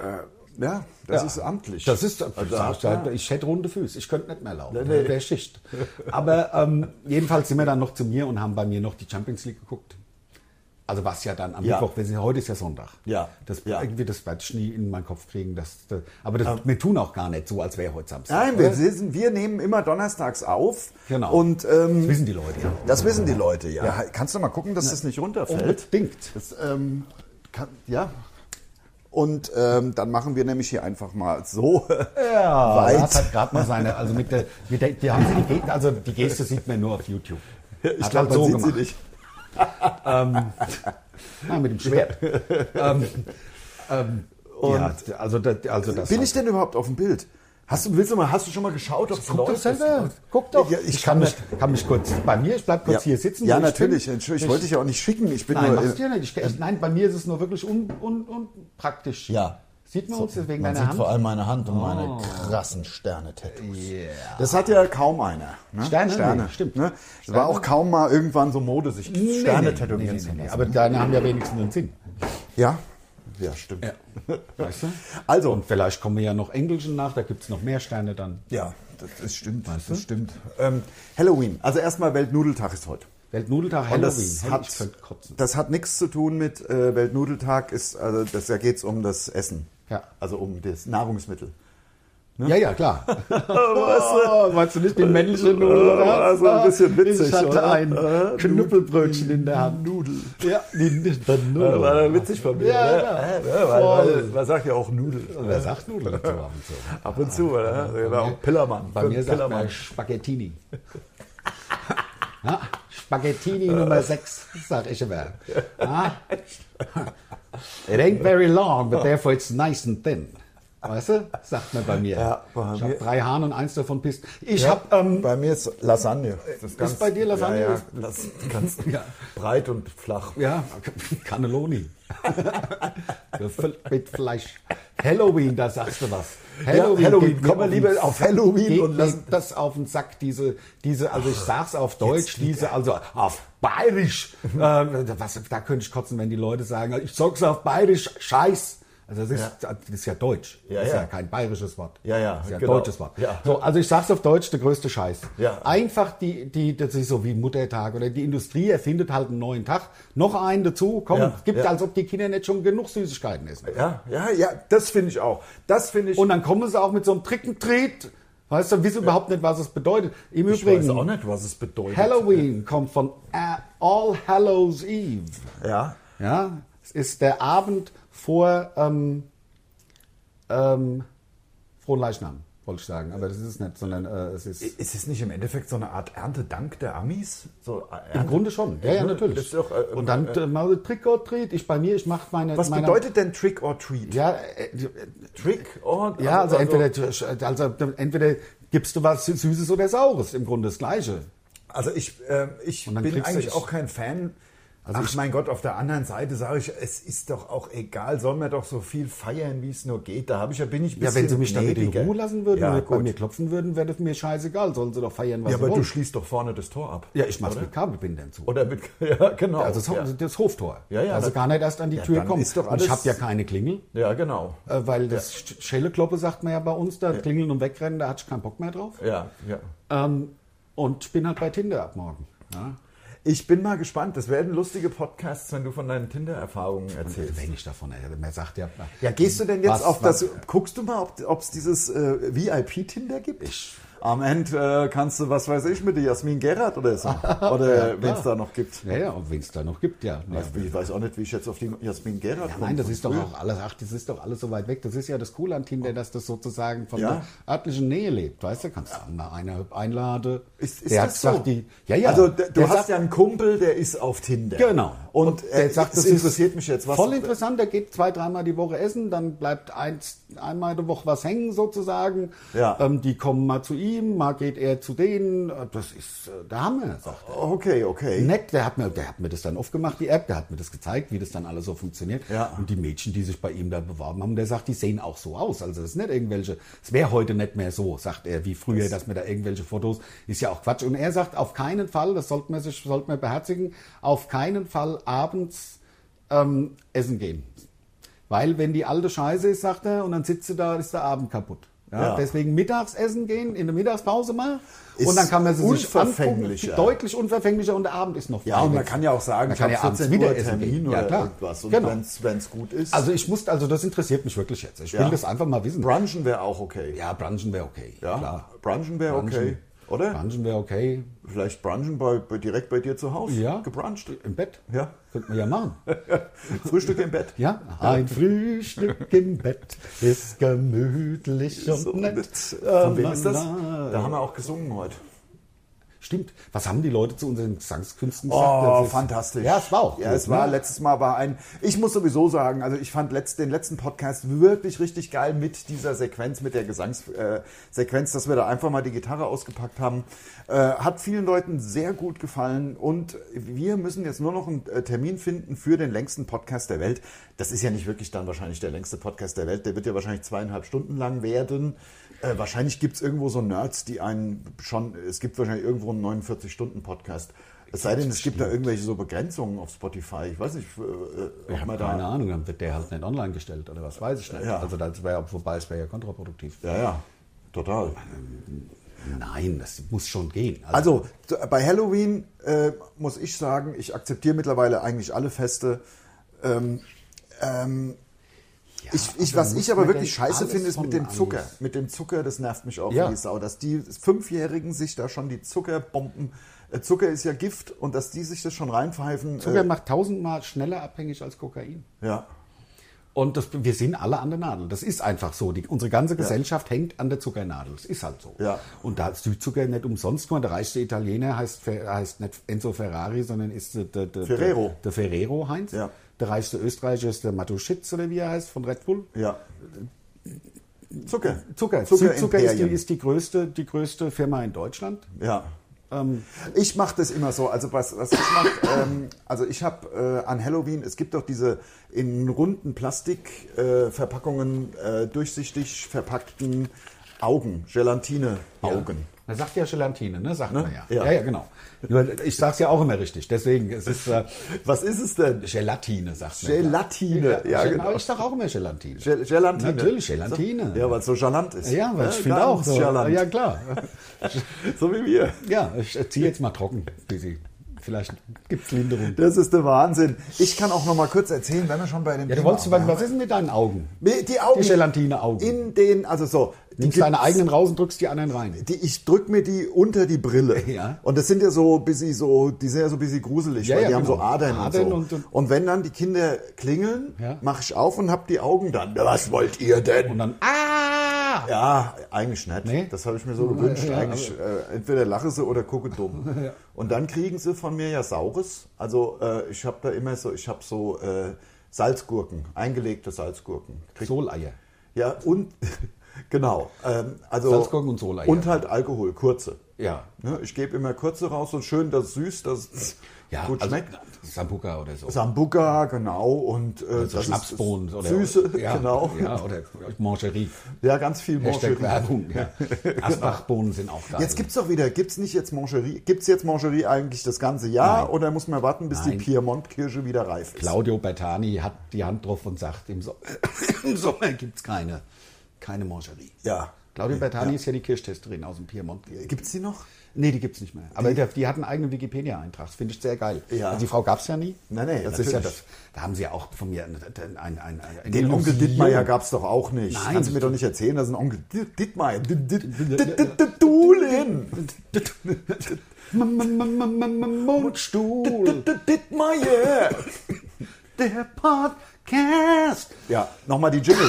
A: ja, das
B: Ja.
A: ist amtlich.
B: Das ist,
A: also,
B: sag ich,
A: ja.
B: halt, ich hätte runde Füße, ich könnte nicht mehr laufen.
A: Nee, nee.
B: Wäre Schicht. Aber ähm, jedenfalls sind wir dann noch zu mir und haben bei mir noch die Champions League geguckt. Also was ja dann am
A: Ja.
B: Mittwoch, wir sind, heute ist ja Sonntag.
A: Ja.
B: Das,
A: Ja. Ähm.
B: Irgendwie, das werde ich nie in meinen Kopf kriegen. Das, das, aber das, wir tun auch gar nicht so, als wäre heute Samstag.
A: Nein, wir,
B: oder?
A: sitzen, wir nehmen immer donnerstags auf.
B: Genau.
A: Und
B: das
A: ähm,
B: wissen die Leute ja.
A: das wissen die Leute, ja. Kannst du mal gucken, dass das nicht runterfällt?
B: Unbedingt.
A: Das, ähm, kann, ja. Und ähm, dann machen wir nämlich hier einfach mal so.
B: Ja,
A: Weit.
B: Lars hat gerade mal seine, also mit der, mit der die haben sie die Geste, also die Geste sieht man nur auf YouTube.
A: Ich
B: Hat halt
A: glaube, man
B: so
A: sieht sie
B: gemacht.
A: nicht.
B: Nein, mit dem Schwert. ähm, ähm, ja, also, das, also das
A: Bin ich denn überhaupt auf dem Bild? Hast du, willst du mal, hast du schon mal geschaut, ob es
B: Guck doch
A: läuft?
B: selber. Guck doch.
A: Ja,
B: ich kann mich, kann mich kurz bei mir, ich bleib kurz hier sitzen.
A: Ja,
B: wo ich
A: natürlich.
B: bin.
A: Entschuldigung, ich wollte dich ja auch nicht schicken. Ich bin
B: Nein,
A: nur. äh,
B: machst du ja nicht. Ich, äh, ich, nein, bei mir ist es nur wirklich un, un, unpraktisch.
C: Ja.
B: Sieht man uns deswegen
C: Man
B: deine
C: sieht
B: Hand? Oh.
C: vor allem meine Hand und meine krassen Sterne-Tattoos.
A: Das hat ja kaum einer. Ne?
B: Sterne? Nee, stimmt.
A: Ne? Es war auch kaum mal irgendwann so Mode, sich
B: Nee,
A: Sterne
B: nee, nee,
A: tätowieren
B: nee,
A: zu
B: nee,
A: lassen.
B: nee. Aber deine haben ja wenigstens einen Sinn.
A: Ja? Ja, stimmt.
B: Weißt du?
A: Also.
B: Und vielleicht kommen ja noch Englischen nach, da gibt es noch mehr Sterne dann.
A: Ja, das, das stimmt. Das stimmt. Ähm, Halloween. Also erstmal Weltnudeltag ist heute.
B: Weltnudeltag,
A: Und
B: Halloween.
A: das
B: Hey,
A: hat,
B: ich könnte kotzen.
A: das hat nichts zu tun mit äh, Weltnudeltag. Ist, also das, da geht es um das Essen.
B: Ja.
A: Also um das Nahrungsmittel.
B: Ja, ja, klar. Ne? oh, meinst du nicht den männlichen oder?
A: Also ein bisschen witzig,
B: Ich hatte
A: oder? Äh,
B: ein Knüppelbrötchen in der Hand.
A: Nudel. Äh,
B: Ja, die, die, die Nudel.
A: witzig bei mir.
B: Ja,
A: ne?
B: ja.
A: Äh, weil- weil-
B: Voll.
A: Man sagt ja auch Nudel.
B: Wer sagt Nudel dazu ab und zu?
A: Ab und zu, oder? Genau. Pillermann.
B: Bei mir sagt
A: Pillermann.
B: man Spaghettini. Ja, Spaghettini Nummer 6, sag ich immer. Ja. It ain't very long, but therefore it's nice and thin. Weißt du? Sagt man bei mir.
A: Ja, bei
B: ich
A: mir-
B: habe drei Hahn und eins davon pisst. Ich
A: Ja,
B: hab, ähm,
A: bei mir ist Lasagne. Das
B: Ist bei dir Lasagne?
A: Ja, ja, las, ganz
B: Ja.
A: breit und flach.
B: Ja, Cannelloni. Gefüllt mit Fleisch. Halloween, da sagst du was.
A: Ja, Halloween,
B: geht mir
A: kommen wir
B: auf den
A: lieber
B: Sack.
A: auf Halloween
B: geht
A: und
B: mir
A: lassen-
B: das auf den Sack, diese, diese, also ich sag's auf Deutsch, diese, also auf Bayerisch.
A: Mhm.
B: ähm, was, da könnte ich kotzen, wenn die Leute sagen, ich sag's auf Bayerisch, Scheiß. Also das ist, das ist ja Deutsch.
A: Ja,
B: das ist ja.
A: ja.
B: kein bayerisches Wort.
A: Ja, ja,
B: Das ist ja
A: genau.
B: deutsches Wort.
A: Ja.
B: So, also ich sag's auf Deutsch, der größte Scheiß.
A: Ja.
B: Einfach die, die, das ist so wie Muttertag oder die Industrie erfindet halt einen neuen Tag. Noch einen dazu, komm,
A: Ja,
B: gibt
A: ja.
B: als ob die Kinder nicht schon genug Süßigkeiten essen.
A: Ja, ja, ja, das finde ich auch. Das finde ich.
B: Und dann kommen sie auch mit so einem Trickentret. Weißt du, wissen überhaupt nicht, was es bedeutet. Im
A: ich
B: Übrigen,
A: weiß auch nicht, was es bedeutet.
B: Halloween kommt von äh, All Hallows Eve.
A: Ja.
B: Ja, es ist der Abend vor ähm, ähm, Frohen Leichnam, wollte ich sagen. Aber das ist es nicht, sondern äh, es ist...
A: Ist es nicht im Endeffekt so eine Art Erntedank der Amis? So äh, Ernte
B: Im Grunde schon, ja, ja, natürlich.
A: Das ist doch, äh,
B: und dann äh, mal Trick or Treat. Ich bei mir, ich mache meine.
A: was
B: meine,
A: bedeutet denn Trick or Treat?
B: Ja, äh, äh,
A: Trick or
B: ja also, entweder, also entweder gibst du was Süßes oder Saures. Im Grunde das Gleiche.
A: Also ich, ähm, ich
B: dann
A: bin
B: kriegst du Also
A: eigentlich
B: dich-
A: auch kein Fan. Ach mein Gott, auf der anderen Seite sage ich, es ist doch auch egal, sollen wir doch so viel feiern, wie es nur geht. Da habe ich ja bin ich ein
B: Ja, wenn sie mich damit in
A: gnädiger.
B: Ruhe lassen würden,
A: Ja,
B: und bei
A: gut.
B: mir klopfen würden, wäre das mir scheißegal. Sollen sie doch feiern, was
A: ja
B: sie
A: aber du
B: wollen.
A: schließt doch vorne das Tor ab.
B: ja, ich mach's mit Kabelbindern zu.
A: Oder mit ja genau.
B: also das, Ho-
A: ja.
B: das Hoftor.
A: Ja, ja,
B: also
A: das-
B: gar nicht erst an die
A: Ja,
B: Tür
A: dann
B: kommen.
A: ist doch
B: und ich
A: alles-
B: habe ja keine Klingel.
A: ja genau.
B: äh, Weil das Sch- Schellekloppe sagt man ja bei uns, da klingeln und wegrennen, da hatte ich keinen Bock mehr drauf.
A: Ja, ja.
B: Ähm, und ich bin halt bei Tinder ab morgen. Ja?
A: Ich bin mal gespannt. Das werden lustige Podcasts, wenn du von deinen Tinder-Erfahrungen erzählst.
B: Wenn ich davon erinnere, man sagt ja.
A: Ja, gehst du denn jetzt
B: Was-
A: auf
B: was-
A: das? Guckst du mal, ob es dieses äh, VIP-Tinder gibt? Am Ende äh, kannst du, was weiß ich, mit der Jasmin Gerhardt oder so. Oder wenn es da noch gibt.
B: Ja, ja, und wen es da noch gibt, ja. ja.
A: Ich weiß auch nicht, wie ich jetzt auf die Jasmin Gerhardt komme.
B: Nein, das ist doch auch alles, ach, das ist doch alles so weit weg. Das ist ja das Coole an Tinder, dass das sozusagen von
A: Oh. Ja.
B: der örtlichen Nähe lebt. Weißt du, kannst du mal einer einladen.
A: Ist, ist
B: Der
A: das
B: hat
A: so?
B: gesagt, die, ja, ja.
A: Also d- du
B: Der
A: hast
B: sagt-
A: ja einen Kumpel, der ist auf Tinder.
B: Genau.
A: Und, äh, es
B: ist
A: interessiert mich jetzt, was
B: Voll interessant, der geht zwei, dreimal die Woche essen, dann bleibt eins, einmal die Woche was hängen sozusagen.
A: Ja.
B: Ähm, die kommen mal zu ihm, ihm, mal geht er zu denen. Das ist äh, der Hammer, sagt er.
A: Okay, okay.
B: Nett, der hat, mir, der hat mir das dann aufgemacht, die App, der hat mir das gezeigt, wie das dann alles so funktioniert.
A: Ja.
B: Und die Mädchen, die sich bei ihm da beworben haben, der sagt, die sehen auch so aus. Also das ist nicht irgendwelche, es wäre heute nicht mehr so, sagt er, wie früher, dass mir da irgendwelche Fotos, ist ja auch Quatsch. Und er sagt, auf keinen Fall, das sollte man sich, sollte man beherzigen, auf keinen Fall abends ähm, essen gehen. Weil wenn die alte Scheiße ist, sagt er, und dann sitzt du da, ist der Abend kaputt. Ja,
A: Ja.
B: Deswegen Mittagsessen gehen, in der Mittagspause mal.
A: Ist
B: und dann kann man sie sich
A: unverfänglicher.
B: angucken, deutlich unverfänglicher und der Abend ist noch
A: Ja, und
B: frei.
A: man kann ja auch sagen,
B: Man
A: ich habe
B: kann ja abends
A: 14
B: wieder
A: Uhr
B: essen
A: Termin
B: gehen.
A: oder
B: Ja, klar.
A: irgendwas. Und
B: Genau.
A: wenn es gut ist,
B: Also ich muss, also das interessiert mich wirklich jetzt. Ich will
A: Ja.
B: das einfach mal wissen.
A: Brunchen wäre auch okay.
B: ja, Branchen wäre okay.
A: Ja,
B: klar.
A: Brunchen wäre
B: Brunchen.
A: okay. Oder?
B: Branchen wäre okay.
A: Vielleicht Brunchen bei, bei, direkt bei dir zu Hause.
B: Ja.
A: Gebruncht.
B: Im Bett.
A: Ja.
B: Könnte man ja machen.
A: Frühstück im Bett.
B: Ja, ein Frühstück im Bett ist gemütlich und
A: So,
B: nett. Äh,
A: das- Von wem ist das? Da haben wir auch gesungen heute.
B: Stimmt. Was haben die Leute zu unseren Gesangskünsten
A: Oh,
B: Das ist-
A: fantastisch.
B: Ja, es war auch.
A: Ja,
B: gut,
A: es war
B: ne?
A: letztes Mal war ein. Ich muss sowieso sagen, also ich fand letzt, den letzten Podcast wirklich richtig geil mit dieser Sequenz, mit der Gesangssequenz, äh, Sequenz, dass wir da einfach mal die Gitarre ausgepackt haben. Äh, hat vielen Leuten sehr gut gefallen und wir müssen jetzt nur noch einen äh, Termin finden für den längsten Podcast der Welt. Das ist ja nicht wirklich dann wahrscheinlich der längste Podcast der Welt. Der wird ja wahrscheinlich zweieinhalb Stunden lang werden. Äh, wahrscheinlich gibt es irgendwo so Nerds, die einen schon. Es gibt wahrscheinlich irgendwo einen 49-Stunden-Podcast. Es sei denn, es gibt da irgendwelche so Begrenzungen auf Spotify. Ich weiß nicht, äh,
B: Ich
A: ob
B: habe
A: man
B: keine
A: da.
B: Ahnung, dann wird der halt nicht online gestellt oder was weiß ich nicht.
A: Ja.
B: Also das wäre, wobei es wäre ja kontraproduktiv.
A: Ja, ja, total.
B: Nein, das muss schon gehen.
A: Also zu- bei Halloween äh, muss ich sagen, ich akzeptiere mittlerweile eigentlich alle Feste. Ähm, ähm,
B: ja,
A: ich, ich, was ich aber wirklich scheiße finde, ist mit dem Zucker. Mit dem Zucker, das nervt mich auch
B: Ja.
A: wie die Sau, dass die Fünfjährigen sich da schon die Zuckerbomben. äh, Zucker ist ja Gift und dass die sich das schon reinpfeifen.
B: Zucker
A: äh,
B: macht tausendmal schneller abhängig als Kokain.
A: ja.
B: Und das, wir sind alle an der Nadel. Das ist einfach so. Die, unsere ganze Gesellschaft hängt an der Zuckernadel. Das ist halt so.
A: Ja.
B: Und da ist Südzucker nicht umsonst. Guck mal, Der reichste Italiener heißt, Fer- heißt nicht Enzo Ferrari, sondern ist der, der, der,
A: Ferrero.
B: der, der Ferrero Heinz.
A: Ja.
B: Der reichste Österreicher ist der Matuschitz oder wie er heißt von Red Bull.
A: Ja. Zucker.
B: Zucker. Zucker, Zucker ist, die,
A: Imperien.
B: ist die, größte, die größte Firma in Deutschland.
A: Ja.
B: Ähm.
A: ich mache das immer so. Also was, was ich mache, ähm, also ich habe äh, an Halloween, es gibt doch diese in runden Plastikverpackungen äh, Verpackungen, äh, durchsichtig verpackten Augen, Gelatine-Augen.
B: Man sagt ja Gelatine, ne? Sagt man ja.
A: Ja.
B: ja. Ja, genau. Nur, Ich sag's ja auch immer richtig. Deswegen, es ist äh,
A: Was ist es denn?
B: Gelatine, sagt man.
A: Gelatine.
B: Ja,
A: Ja,
B: Gel-
A: genau.
B: Ich sag auch immer Gelatine.
A: Gel Gelatine.
B: Natürlich, Gelatine.
A: Ja, weil es so galant ist.
B: Ja, weil ich finde auch so.
A: so. Galant.
B: Ja, klar.
A: So wie wir.
B: Ja, ich ziehe jetzt mal trocken, Busy. Vielleicht gibt's Linderung.
A: Das ist der Wahnsinn. Ich kann auch noch mal kurz erzählen, wenn wir schon bei dem
B: Ja, du
A: Thema
B: wolltest,
A: waren.
B: was ist denn mit deinen Augen?
A: Nee, Die Augen.
B: Die Gelatine-Augen.
A: Genau. In den, also so. die
B: Nimmst deine
A: gibt's-
B: eigenen raus und drückst die anderen rein.
A: die, ich drück mir die unter die Brille.
B: Ja.
A: Und das sind ja so bisschen so, die sind ja so bisschen gruselig,
B: Ja,
A: weil
B: ja,
A: die haben
B: genau.
A: so Adern,
B: Adern
A: und
B: und-
A: so. Und,
B: und-
A: wenn dann die Kinder klingeln,
B: Ja.
A: mache ich auf und hab die Augen dann. Na, was wollt ihr denn?
B: Und dann, ah!
A: ja, eigentlich nicht.
B: Nee.
A: Das habe ich mir so gewünscht.
B: ja,
A: eigentlich äh, entweder lache sie oder gucke dumm. Und dann kriegen sie von mir ja Saures. Also äh, ich habe da immer so, ich habe so äh, Salzgurken, eingelegte Salzgurken. Krieg,
B: Soleier.
A: Ja, und genau. Ähm, also,
B: Salzgurken und Soleier.
A: Und halt Alkohol, kurze.
B: Ja.
A: Ne, ich gebe immer kurze raus und schön, dass es süß, dass es
B: Ja,
A: gut
B: also,
A: schmeckt.
B: Sambuca oder so.
A: Sambuca, genau, und äh,
B: Also
A: das ist-
B: Schnapsbohnen oder
A: Süße,
B: ja,
A: genau. Ja.
B: Ja, oder Mangerie.
A: ganz viel
B: Hashtag
A: Mangerie.
B: Werbung. Ja. Asbachbohnen sind auch geil.
A: Jetzt gibt's doch wieder, gibt's nicht jetzt Mangerie? Gibt's jetzt Mangerie eigentlich das ganze Jahr
B: Nein.
A: oder muss man warten, bis
B: Nein.
A: die Piemontkirche wieder reif ist?
B: Also Claudio Bertani hat die Hand drauf und sagt, im, so im Sommer gibt es keine, keine Mangerie.
A: Ja.
B: Claudio Bertani ist ja die Kirschtesterin aus dem Piemont.
A: Gibt's die noch?
B: Nee, die gibt es nicht mehr. Aber die, die hat einen eigenen Wikipedia-Eintrag. Das finde ich sehr geil.
A: Ja.
B: Also die Frau gab es ja nie.
A: Nein, nein,
B: das ist ja
A: natürlich.
B: das. Da haben sie ja auch von mir ein, ein, ein, ein, ein
A: Den Onkel Dittmeier gab's doch auch nicht.
B: Nein.
A: Kannst du mir doch nicht erzählen, dass ein Onkel Ditt- Dittmeier. Ditt- Ditt- Ditt- Ditt- Ditt- Dulin.
B: Mundstuhl,
A: Ditt- Ditt- Dittmeier.
B: der Podcast.
A: Ja, nochmal die Jingle.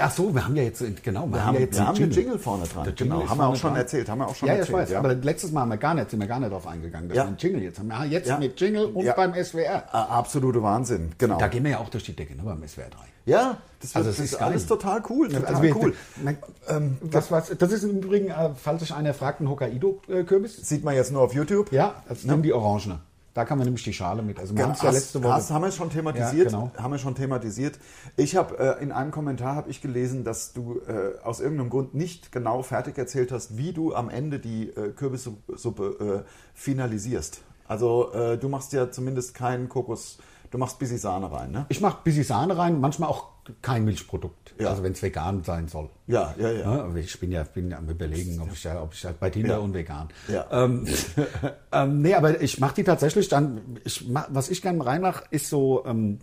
B: Ach so, wir haben ja jetzt, genau, wir,
A: Wir haben,
B: ja jetzt
A: wir
B: einen
A: haben den Jingle vorne
B: Der
A: dran.
B: Jingle
A: Genau,
B: ist
A: haben wir auch
B: vorne
A: schon
B: dran.
A: erzählt. Haben wir auch schon
B: ja, ich
A: erzählt.
B: weiß, aber letztes Mal haben wir gar nicht, sind wir gar nicht drauf eingegangen. Das
A: Ja.
B: ja. ein Jingle jetzt. haben wir- ah, Jetzt
A: Ja.
B: mit Jingle und
A: Ja.
B: beim SWR.
A: Ah, absolute Wahnsinn, genau.
B: Da gehen wir ja auch durch die Decke, ne, beim SWR 3.
A: Ja, das,
B: Also
A: wird-
B: es ist
A: das ist
B: geil.
A: alles total cool. ne? Total
B: Also wir,
A: cool.
B: man, ähm, das, was, das ist im Übrigen, äh, falls sich einer fragt, ein Hokkaido-Kürbis.
A: Sieht man jetzt nur auf YouTube.
B: Ja, das sind die Orangene. Da kann man nämlich die Schale mit. Also wir haben es ja
A: Hast-
B: letzte Woche.
A: hast- haben wir schon thematisiert.
B: Ja, genau.
A: Haben wir schon thematisiert. Ich habe äh, in einem Kommentar habe ich gelesen, dass du äh, aus irgendeinem Grund nicht genau fertig erzählt hast, wie du am Ende die äh, Kürbissuppe äh, finalisierst. Also äh, du machst ja zumindest keinen Kokos. Du machst bisschen Sahne rein, ne?
B: Ich mache bisschen Sahne rein, manchmal auch kein Milchprodukt.
A: Ja.
B: Also wenn es vegan sein soll.
A: Ja, ja, ja.
B: Ja, aber ich bin ja bin ja am überlegen, ob ich, ja, ob ich ja bei Tinder
A: Ja.
B: und vegan.
A: Ja.
B: Ähm, ähm, nee, aber ich mache die tatsächlich dann, ich mach, was ich gerne reinmache, ist so ähm,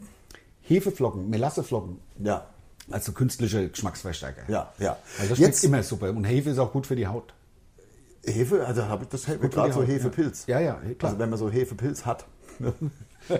B: Hefeflocken, Melasseflocken.
A: Ja,
B: Also künstliche Geschmacksverstärker.
A: ja,
B: Weil
A: ja.
B: das Also schmeckt
A: Jetzt
B: immer super. Und Hefe ist auch gut für die Haut.
A: Hefe, also habe ich das
B: Gut für
A: gerade
B: die
A: so
B: Haut, ja.
A: Hefepilz.
B: Ja, ja, klar.
A: Also wenn man so Hefepilz hat. ne?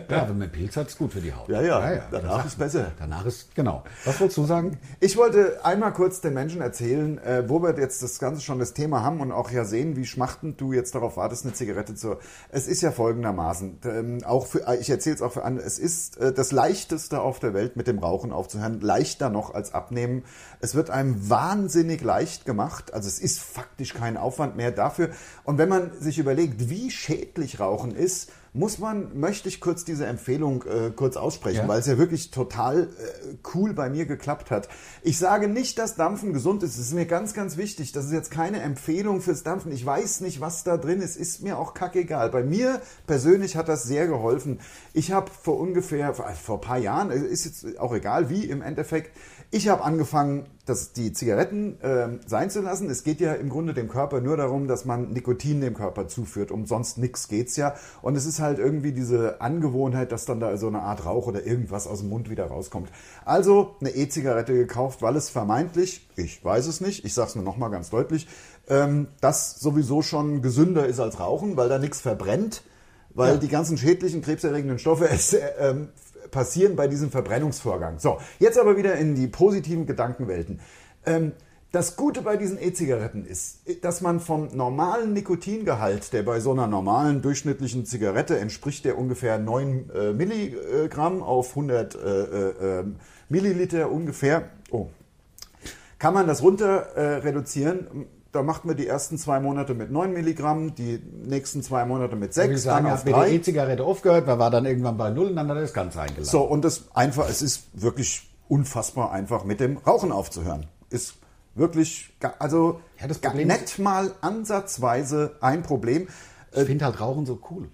B: Ja, wenn man Pilz hat, ist gut für die Haut.
A: Ja, ja, danach
B: das sagt
A: ist
B: man.
A: besser.
B: Danach ist, genau. Was wolltest du sagen?
A: Ich wollte einmal kurz den Menschen erzählen, äh, wo wir jetzt das Ganze schon das Thema haben und auch ja sehen, wie schmachtend du jetzt darauf wartest, eine Zigarette zu. Es ist ja folgendermaßen, ähm, auch für, äh, ich erzähle es auch für andere, es ist äh, das leichteste auf der Welt, mit dem Rauchen aufzuhören, leichter noch als abnehmen. Es wird einem wahnsinnig leicht gemacht, also es ist faktisch kein Aufwand mehr dafür. Und wenn man sich überlegt, wie schädlich Rauchen ist, muss man, möchte ich kurz diese Empfehlung äh, kurz aussprechen,
B: Ja.
A: weil es ja wirklich total äh, cool bei mir geklappt hat. Ich sage nicht, dass Dampfen gesund ist. Es ist mir ganz, ganz wichtig. Das ist jetzt keine Empfehlung fürs Dampfen. Ich weiß nicht, was da drin ist. Ist mir auch kackegal. Bei mir persönlich hat das sehr geholfen. Ich habe vor ungefähr, vor vor ein paar Jahren, äh, ist jetzt auch egal wie im Endeffekt, ich habe angefangen, das, die Zigaretten ähm, sein zu lassen. Es geht ja im Grunde dem Körper nur darum, dass man Nikotin dem Körper zuführt. Um sonst nichts geht's ja. Und es ist halt irgendwie diese Angewohnheit, dass dann da so eine Art Rauch oder irgendwas aus dem Mund wieder rauskommt. Also eine E-Zigarette gekauft, weil es vermeintlich, ich weiß es nicht, ich sag's nur nochmal ganz deutlich, ähm, das sowieso schon gesünder ist als Rauchen, weil da nichts verbrennt weil die ganzen schädlichen, krebserregenden Stoffe es, äh, ähm, f- passieren bei diesem Verbrennungsvorgang. So, jetzt aber wieder in die positiven Gedankenwelten. Ähm, das Gute bei diesen E-Zigaretten ist, äh, dass man vom normalen Nikotingehalt, der bei so einer normalen durchschnittlichen Zigarette entspricht, der ungefähr 9 äh, Milligramm auf 100 äh, äh, äh, Milliliter ungefähr, oh, kann man das runter äh, reduzieren. Da macht man die ersten zwei Monate mit 9 Milligramm, die nächsten zwei Monate mit
B: Ich würde
A: 6, dann
B: Also sagen,
A: auf
B: hat mit der
A: 3.
B: E-Zigarette aufgehört, man war dann irgendwann bei Null und dann hat er das Ganze eingeladen.
A: So, und das einfach, es ist wirklich unfassbar einfach, mit dem Rauchen aufzuhören. Ist wirklich, ga- also
B: Ja, das
A: ga-
B: Problem
A: nett mal ansatzweise ein Problem.
B: Ich finde halt Rauchen so cool.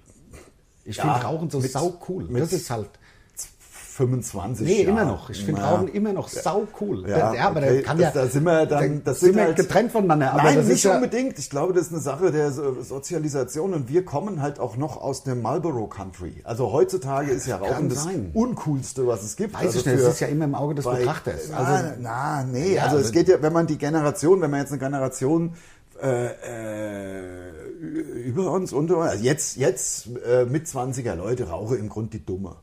B: Ich
A: äh Ja,
B: finde Rauchen so
A: mit-
B: sau cool.
A: mit-
B: Das ist halt.
A: 25
B: Nee,
A: Jahre.
B: immer noch. Ich finde
A: Na.
B: Rauchen immer noch sau cool.
A: Ja, okay, das- da sind wir dann- das
B: sind
A: sind
B: wir
A: halt-
B: getrennt voneinander. aber
A: Nein,
B: das ist
A: nicht
B: ja-
A: unbedingt. Ich glaube, das ist eine Sache der so- Sozialisation und wir kommen halt auch noch aus dem Marlboro Country. Also heutzutage ist ja Rauchen
B: kann
A: das
B: sein.
A: Uncoolste, was es gibt.
B: Weiß
A: also
B: ich nicht,
A: für-
B: das ist ja immer im Auge des
A: bei-
B: Betrachters.
A: Na,
B: Also,
A: na, nee,
B: Ja,
A: also es
B: also-
A: geht ja, wenn man die Generation, wenn man jetzt eine Generation äh, äh, über uns, unter uns, also jetzt, jetzt äh, mit 20er Leute rauche im Grund die Dumme.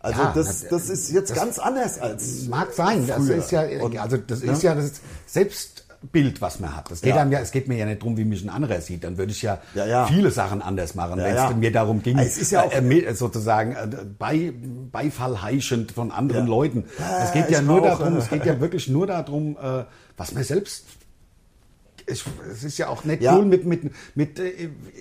A: Also
B: Ja,
A: das,
B: na,
A: das ist jetzt
B: das-
A: ganz anders als
B: mag sein. Das
A: früher.
B: ist ja,
A: Und- ne?
B: also das ist ja das Selbstbild, was man hat. Das geht
A: Ja.
B: einem ja, es geht mir ja nicht darum, wie mich ein anderer sieht. Dann würde ich ja,
A: Ja, ja.
B: viele Sachen anders machen,
A: Ja,
B: wenn es
A: ja. Ah,
B: mir darum ging,
A: Es ist ja auch-
B: äh, mir sozusagen äh, bei, Beifall heischend von anderen
A: Ja.
B: Leuten.
A: Ja,
B: es geht ja
A: ich
B: nur
A: auch,
B: darum,
A: äh,
B: es geht ja wirklich nur darum, äh, was man selbst ich, es ist ja auch nicht
A: Ja.
B: cool mit, mit, mit äh,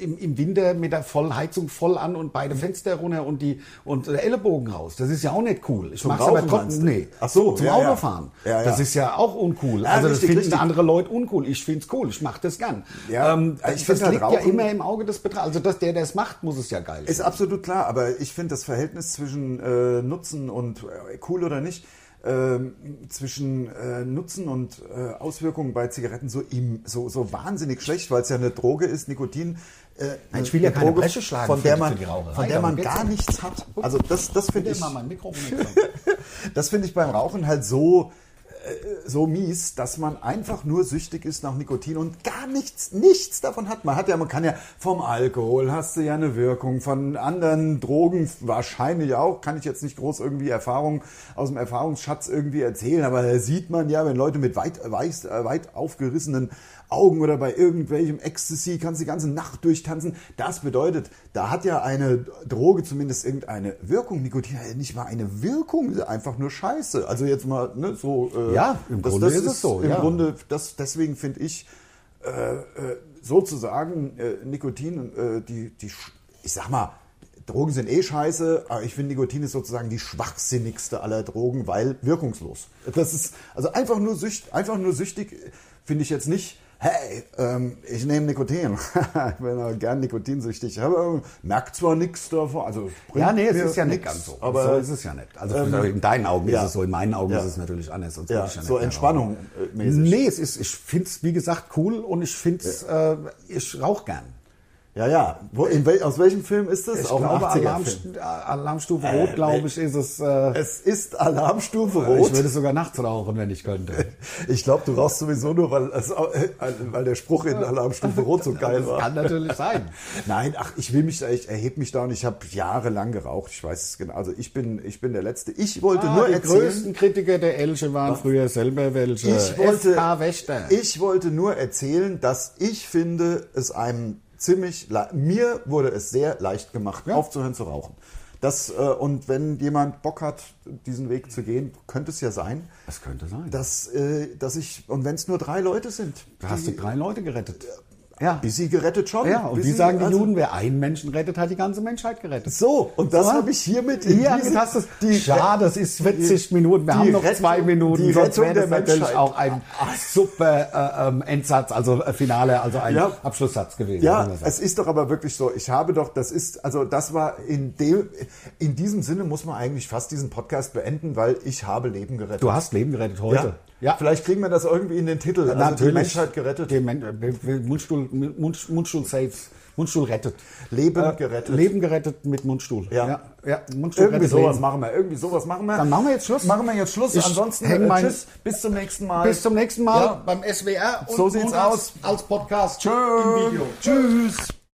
B: im, im Winter mit der Vollheizung voll an und beide Fenster runter und die und der Ellenbogen raus. Das ist ja auch nicht cool. Ich
A: Zum
B: mag's aber
A: Rauchen meinst
B: trotzdem.
A: du?
B: Nee.
A: Ach so,
B: zum
A: ja, ja.
B: Autofahren.
A: Ja, ja.
B: Das ist ja auch uncool.
A: Ja,
B: also das
A: richtig,
B: finden
A: richtig.
B: andere Leute uncool. Ich find's cool. Ich mach das gern.
A: Ja,
B: das
A: ich find
B: das
A: halt
B: liegt ja
A: Rauchen-
B: immer im Auge des Betrachters. Also dass der, der es macht, muss es ja geil.
A: Ist absolut klar, aber ich finde das Verhältnis zwischen äh, Nutzen und äh, cool oder nicht, ähm, zwischen äh, Nutzen und äh, Auswirkungen bei Zigaretten so, im, so, so wahnsinnig schlecht, weil es ja eine Droge ist, Nikotin. Äh,
B: Nein, ich will ja
A: eine
B: keine Bresche schlagen
A: von
B: für
A: der
B: die-
A: man,
B: für die Raucherei,
A: von der
B: darum
A: man
B: geht's
A: gar
B: ja.
A: nichts hat. Also das, das
B: Nimm
A: finde ich,
B: mal mein Mikrofon.
A: das finde ich beim Rauchen halt so so mies, dass man einfach nur süchtig ist nach Nikotin und gar nichts, nichts davon hat. Man hat ja, man kann ja vom Alkohol hast du ja eine Wirkung, von anderen Drogen wahrscheinlich auch. Kann ich jetzt nicht groß irgendwie Erfahrung aus dem Erfahrungsschatz irgendwie erzählen, aber da sieht man ja, wenn Leute mit weit, weit, weit aufgerissenen Augen oder bei irgendwelchem Ecstasy kannst du die ganze Nacht durchtanzen. Das bedeutet, da hat ja eine Droge zumindest irgendeine Wirkung. Nikotin hat ja nicht mal eine Wirkung, einfach nur Scheiße. Also jetzt mal ne, so. äh,
B: Ja, im
A: das,
B: Grunde
A: das
B: ist es so,
A: Im
B: ja.
A: Grunde, das, deswegen finde ich äh, äh, sozusagen äh, Nikotin, äh, die, die, sch- ich sag mal, Drogen sind eh scheiße, aber ich finde Nikotin ist sozusagen die schwachsinnigste aller Drogen, weil wirkungslos. Das ist also einfach nur sücht, einfach nur süchtig äh, finde ich jetzt nicht. Hey, ähm, ich nehme Nikotin. ich bin aber gern nikotinsüchtig. Aber äh, merkt zwar nichts davon. Also bringt
B: Ja, nee, es
A: mir
B: ist ja nicht
A: nix,
B: ganz so.
A: Aber Ähm,
B: so ist es ja nicht. Also in deinen Augen
A: ja.
B: ist es so, in meinen Augen
A: Ja.
B: ist es natürlich anders. Sonst
A: ja,
B: würde ich ja
A: so
B: nicht mehr
A: Entspannung äh,
B: rauchen.
A: mäßig.
B: Nee, es ist, ich finde es, wie gesagt, cool und ich finde es, äh, ich rauche gern.
A: Ja, ja. Wo, in wel, aus welchem Film ist das?
B: Ich
A: Auch ein
B: glaube,
A: 80er Film.
B: Alarmst-
A: Äh,
B: Alarmstufe Rot, glaube ich, ist es. Äh,
A: Es ist Alarmstufe
B: ich
A: Rot.
B: würde es sogar nachts rauchen, wenn ich könnte.
A: Ich glaube, du rauchst sowieso nur, weil, es, äh, weil der Spruch in Alarmstufe Rot so geil
B: Das
A: war.
B: kann natürlich sein.
A: Nein, ach, ich will mich, da- ich erhebe mich da und ich habe jahrelang geraucht. Ich weiß es genau. Also ich bin, ich bin der Letzte. Ich wollte nur
B: Ah, die
A: erzählen.
B: größten Kritiker der Elche waren früher selber welche.
A: Ich wollte,
B: FK Wächter.
A: ich wollte nur erzählen, dass ich finde, es einem ziemlich, le- mir wurde es sehr leicht gemacht, aufzuhören zu rauchen. Das, äh, und wenn jemand Bock hat, diesen Weg zu gehen, könnte es ja sein,
B: das könnte sein.
A: dass, äh, dass ich, und wenn es nur drei Leute sind,
B: Da hast du drei Leute gerettet. Ja.
A: Bissi gerettet schon.
B: Ja, und die
A: Bissi,
B: sagen, die
A: also-
B: Juden, wer einen Menschen rettet, hat die ganze Menschheit gerettet.
A: So, und das
B: So.
A: habe ich hiermit in
B: Hier
A: diesem-
B: hast du es.
A: die-
B: Schade, es ist 40 Minuten. Wir
A: die
B: haben noch
A: Rettung-
B: zwei Minuten.
A: die
B: sonst
A: Rettung
B: wäre das
A: der
B: natürlich
A: Menschheit.
B: auch ein super äh, ähm, Endsatz, also äh, Finale, also ein
A: Ja.
B: Abschlusssatz gewesen.
A: Ja,
B: kann man sagen.
A: es ist doch aber wirklich so. Ich habe doch, das ist, also das war in dem, in diesem Sinne muss man eigentlich fast diesen Podcast beenden, weil ich habe Leben gerettet.
B: du hast Leben gerettet heute.
A: Ja. Vielleicht kriegen wir das irgendwie in den Titel. Also Die Menschheit gerettet.
B: Den Men äh, Mundstuhl, Mund, Mundstuhl saves. Mundstuhl rettet.
A: Leben
B: Äh,
A: gerettet.
B: Leben gerettet mit Mundstuhl.
A: Ja.
B: ja. ja. Mundstuhl
A: irgendwie
B: rettet
A: sowas
B: Leben.
A: machen wir. Irgendwie sowas machen wir.
B: Dann machen wir jetzt Schluss.
A: Machen wir jetzt Schluss.
B: Ich
A: Ansonsten
B: häng
A: äh,
B: mein-
A: tschüss. Bis zum nächsten Mal.
B: Bis zum nächsten Mal
A: Ja.
B: beim SWR
A: So sieht's
B: als, als Podcast. Tschö. Im Video.
A: Tschüss.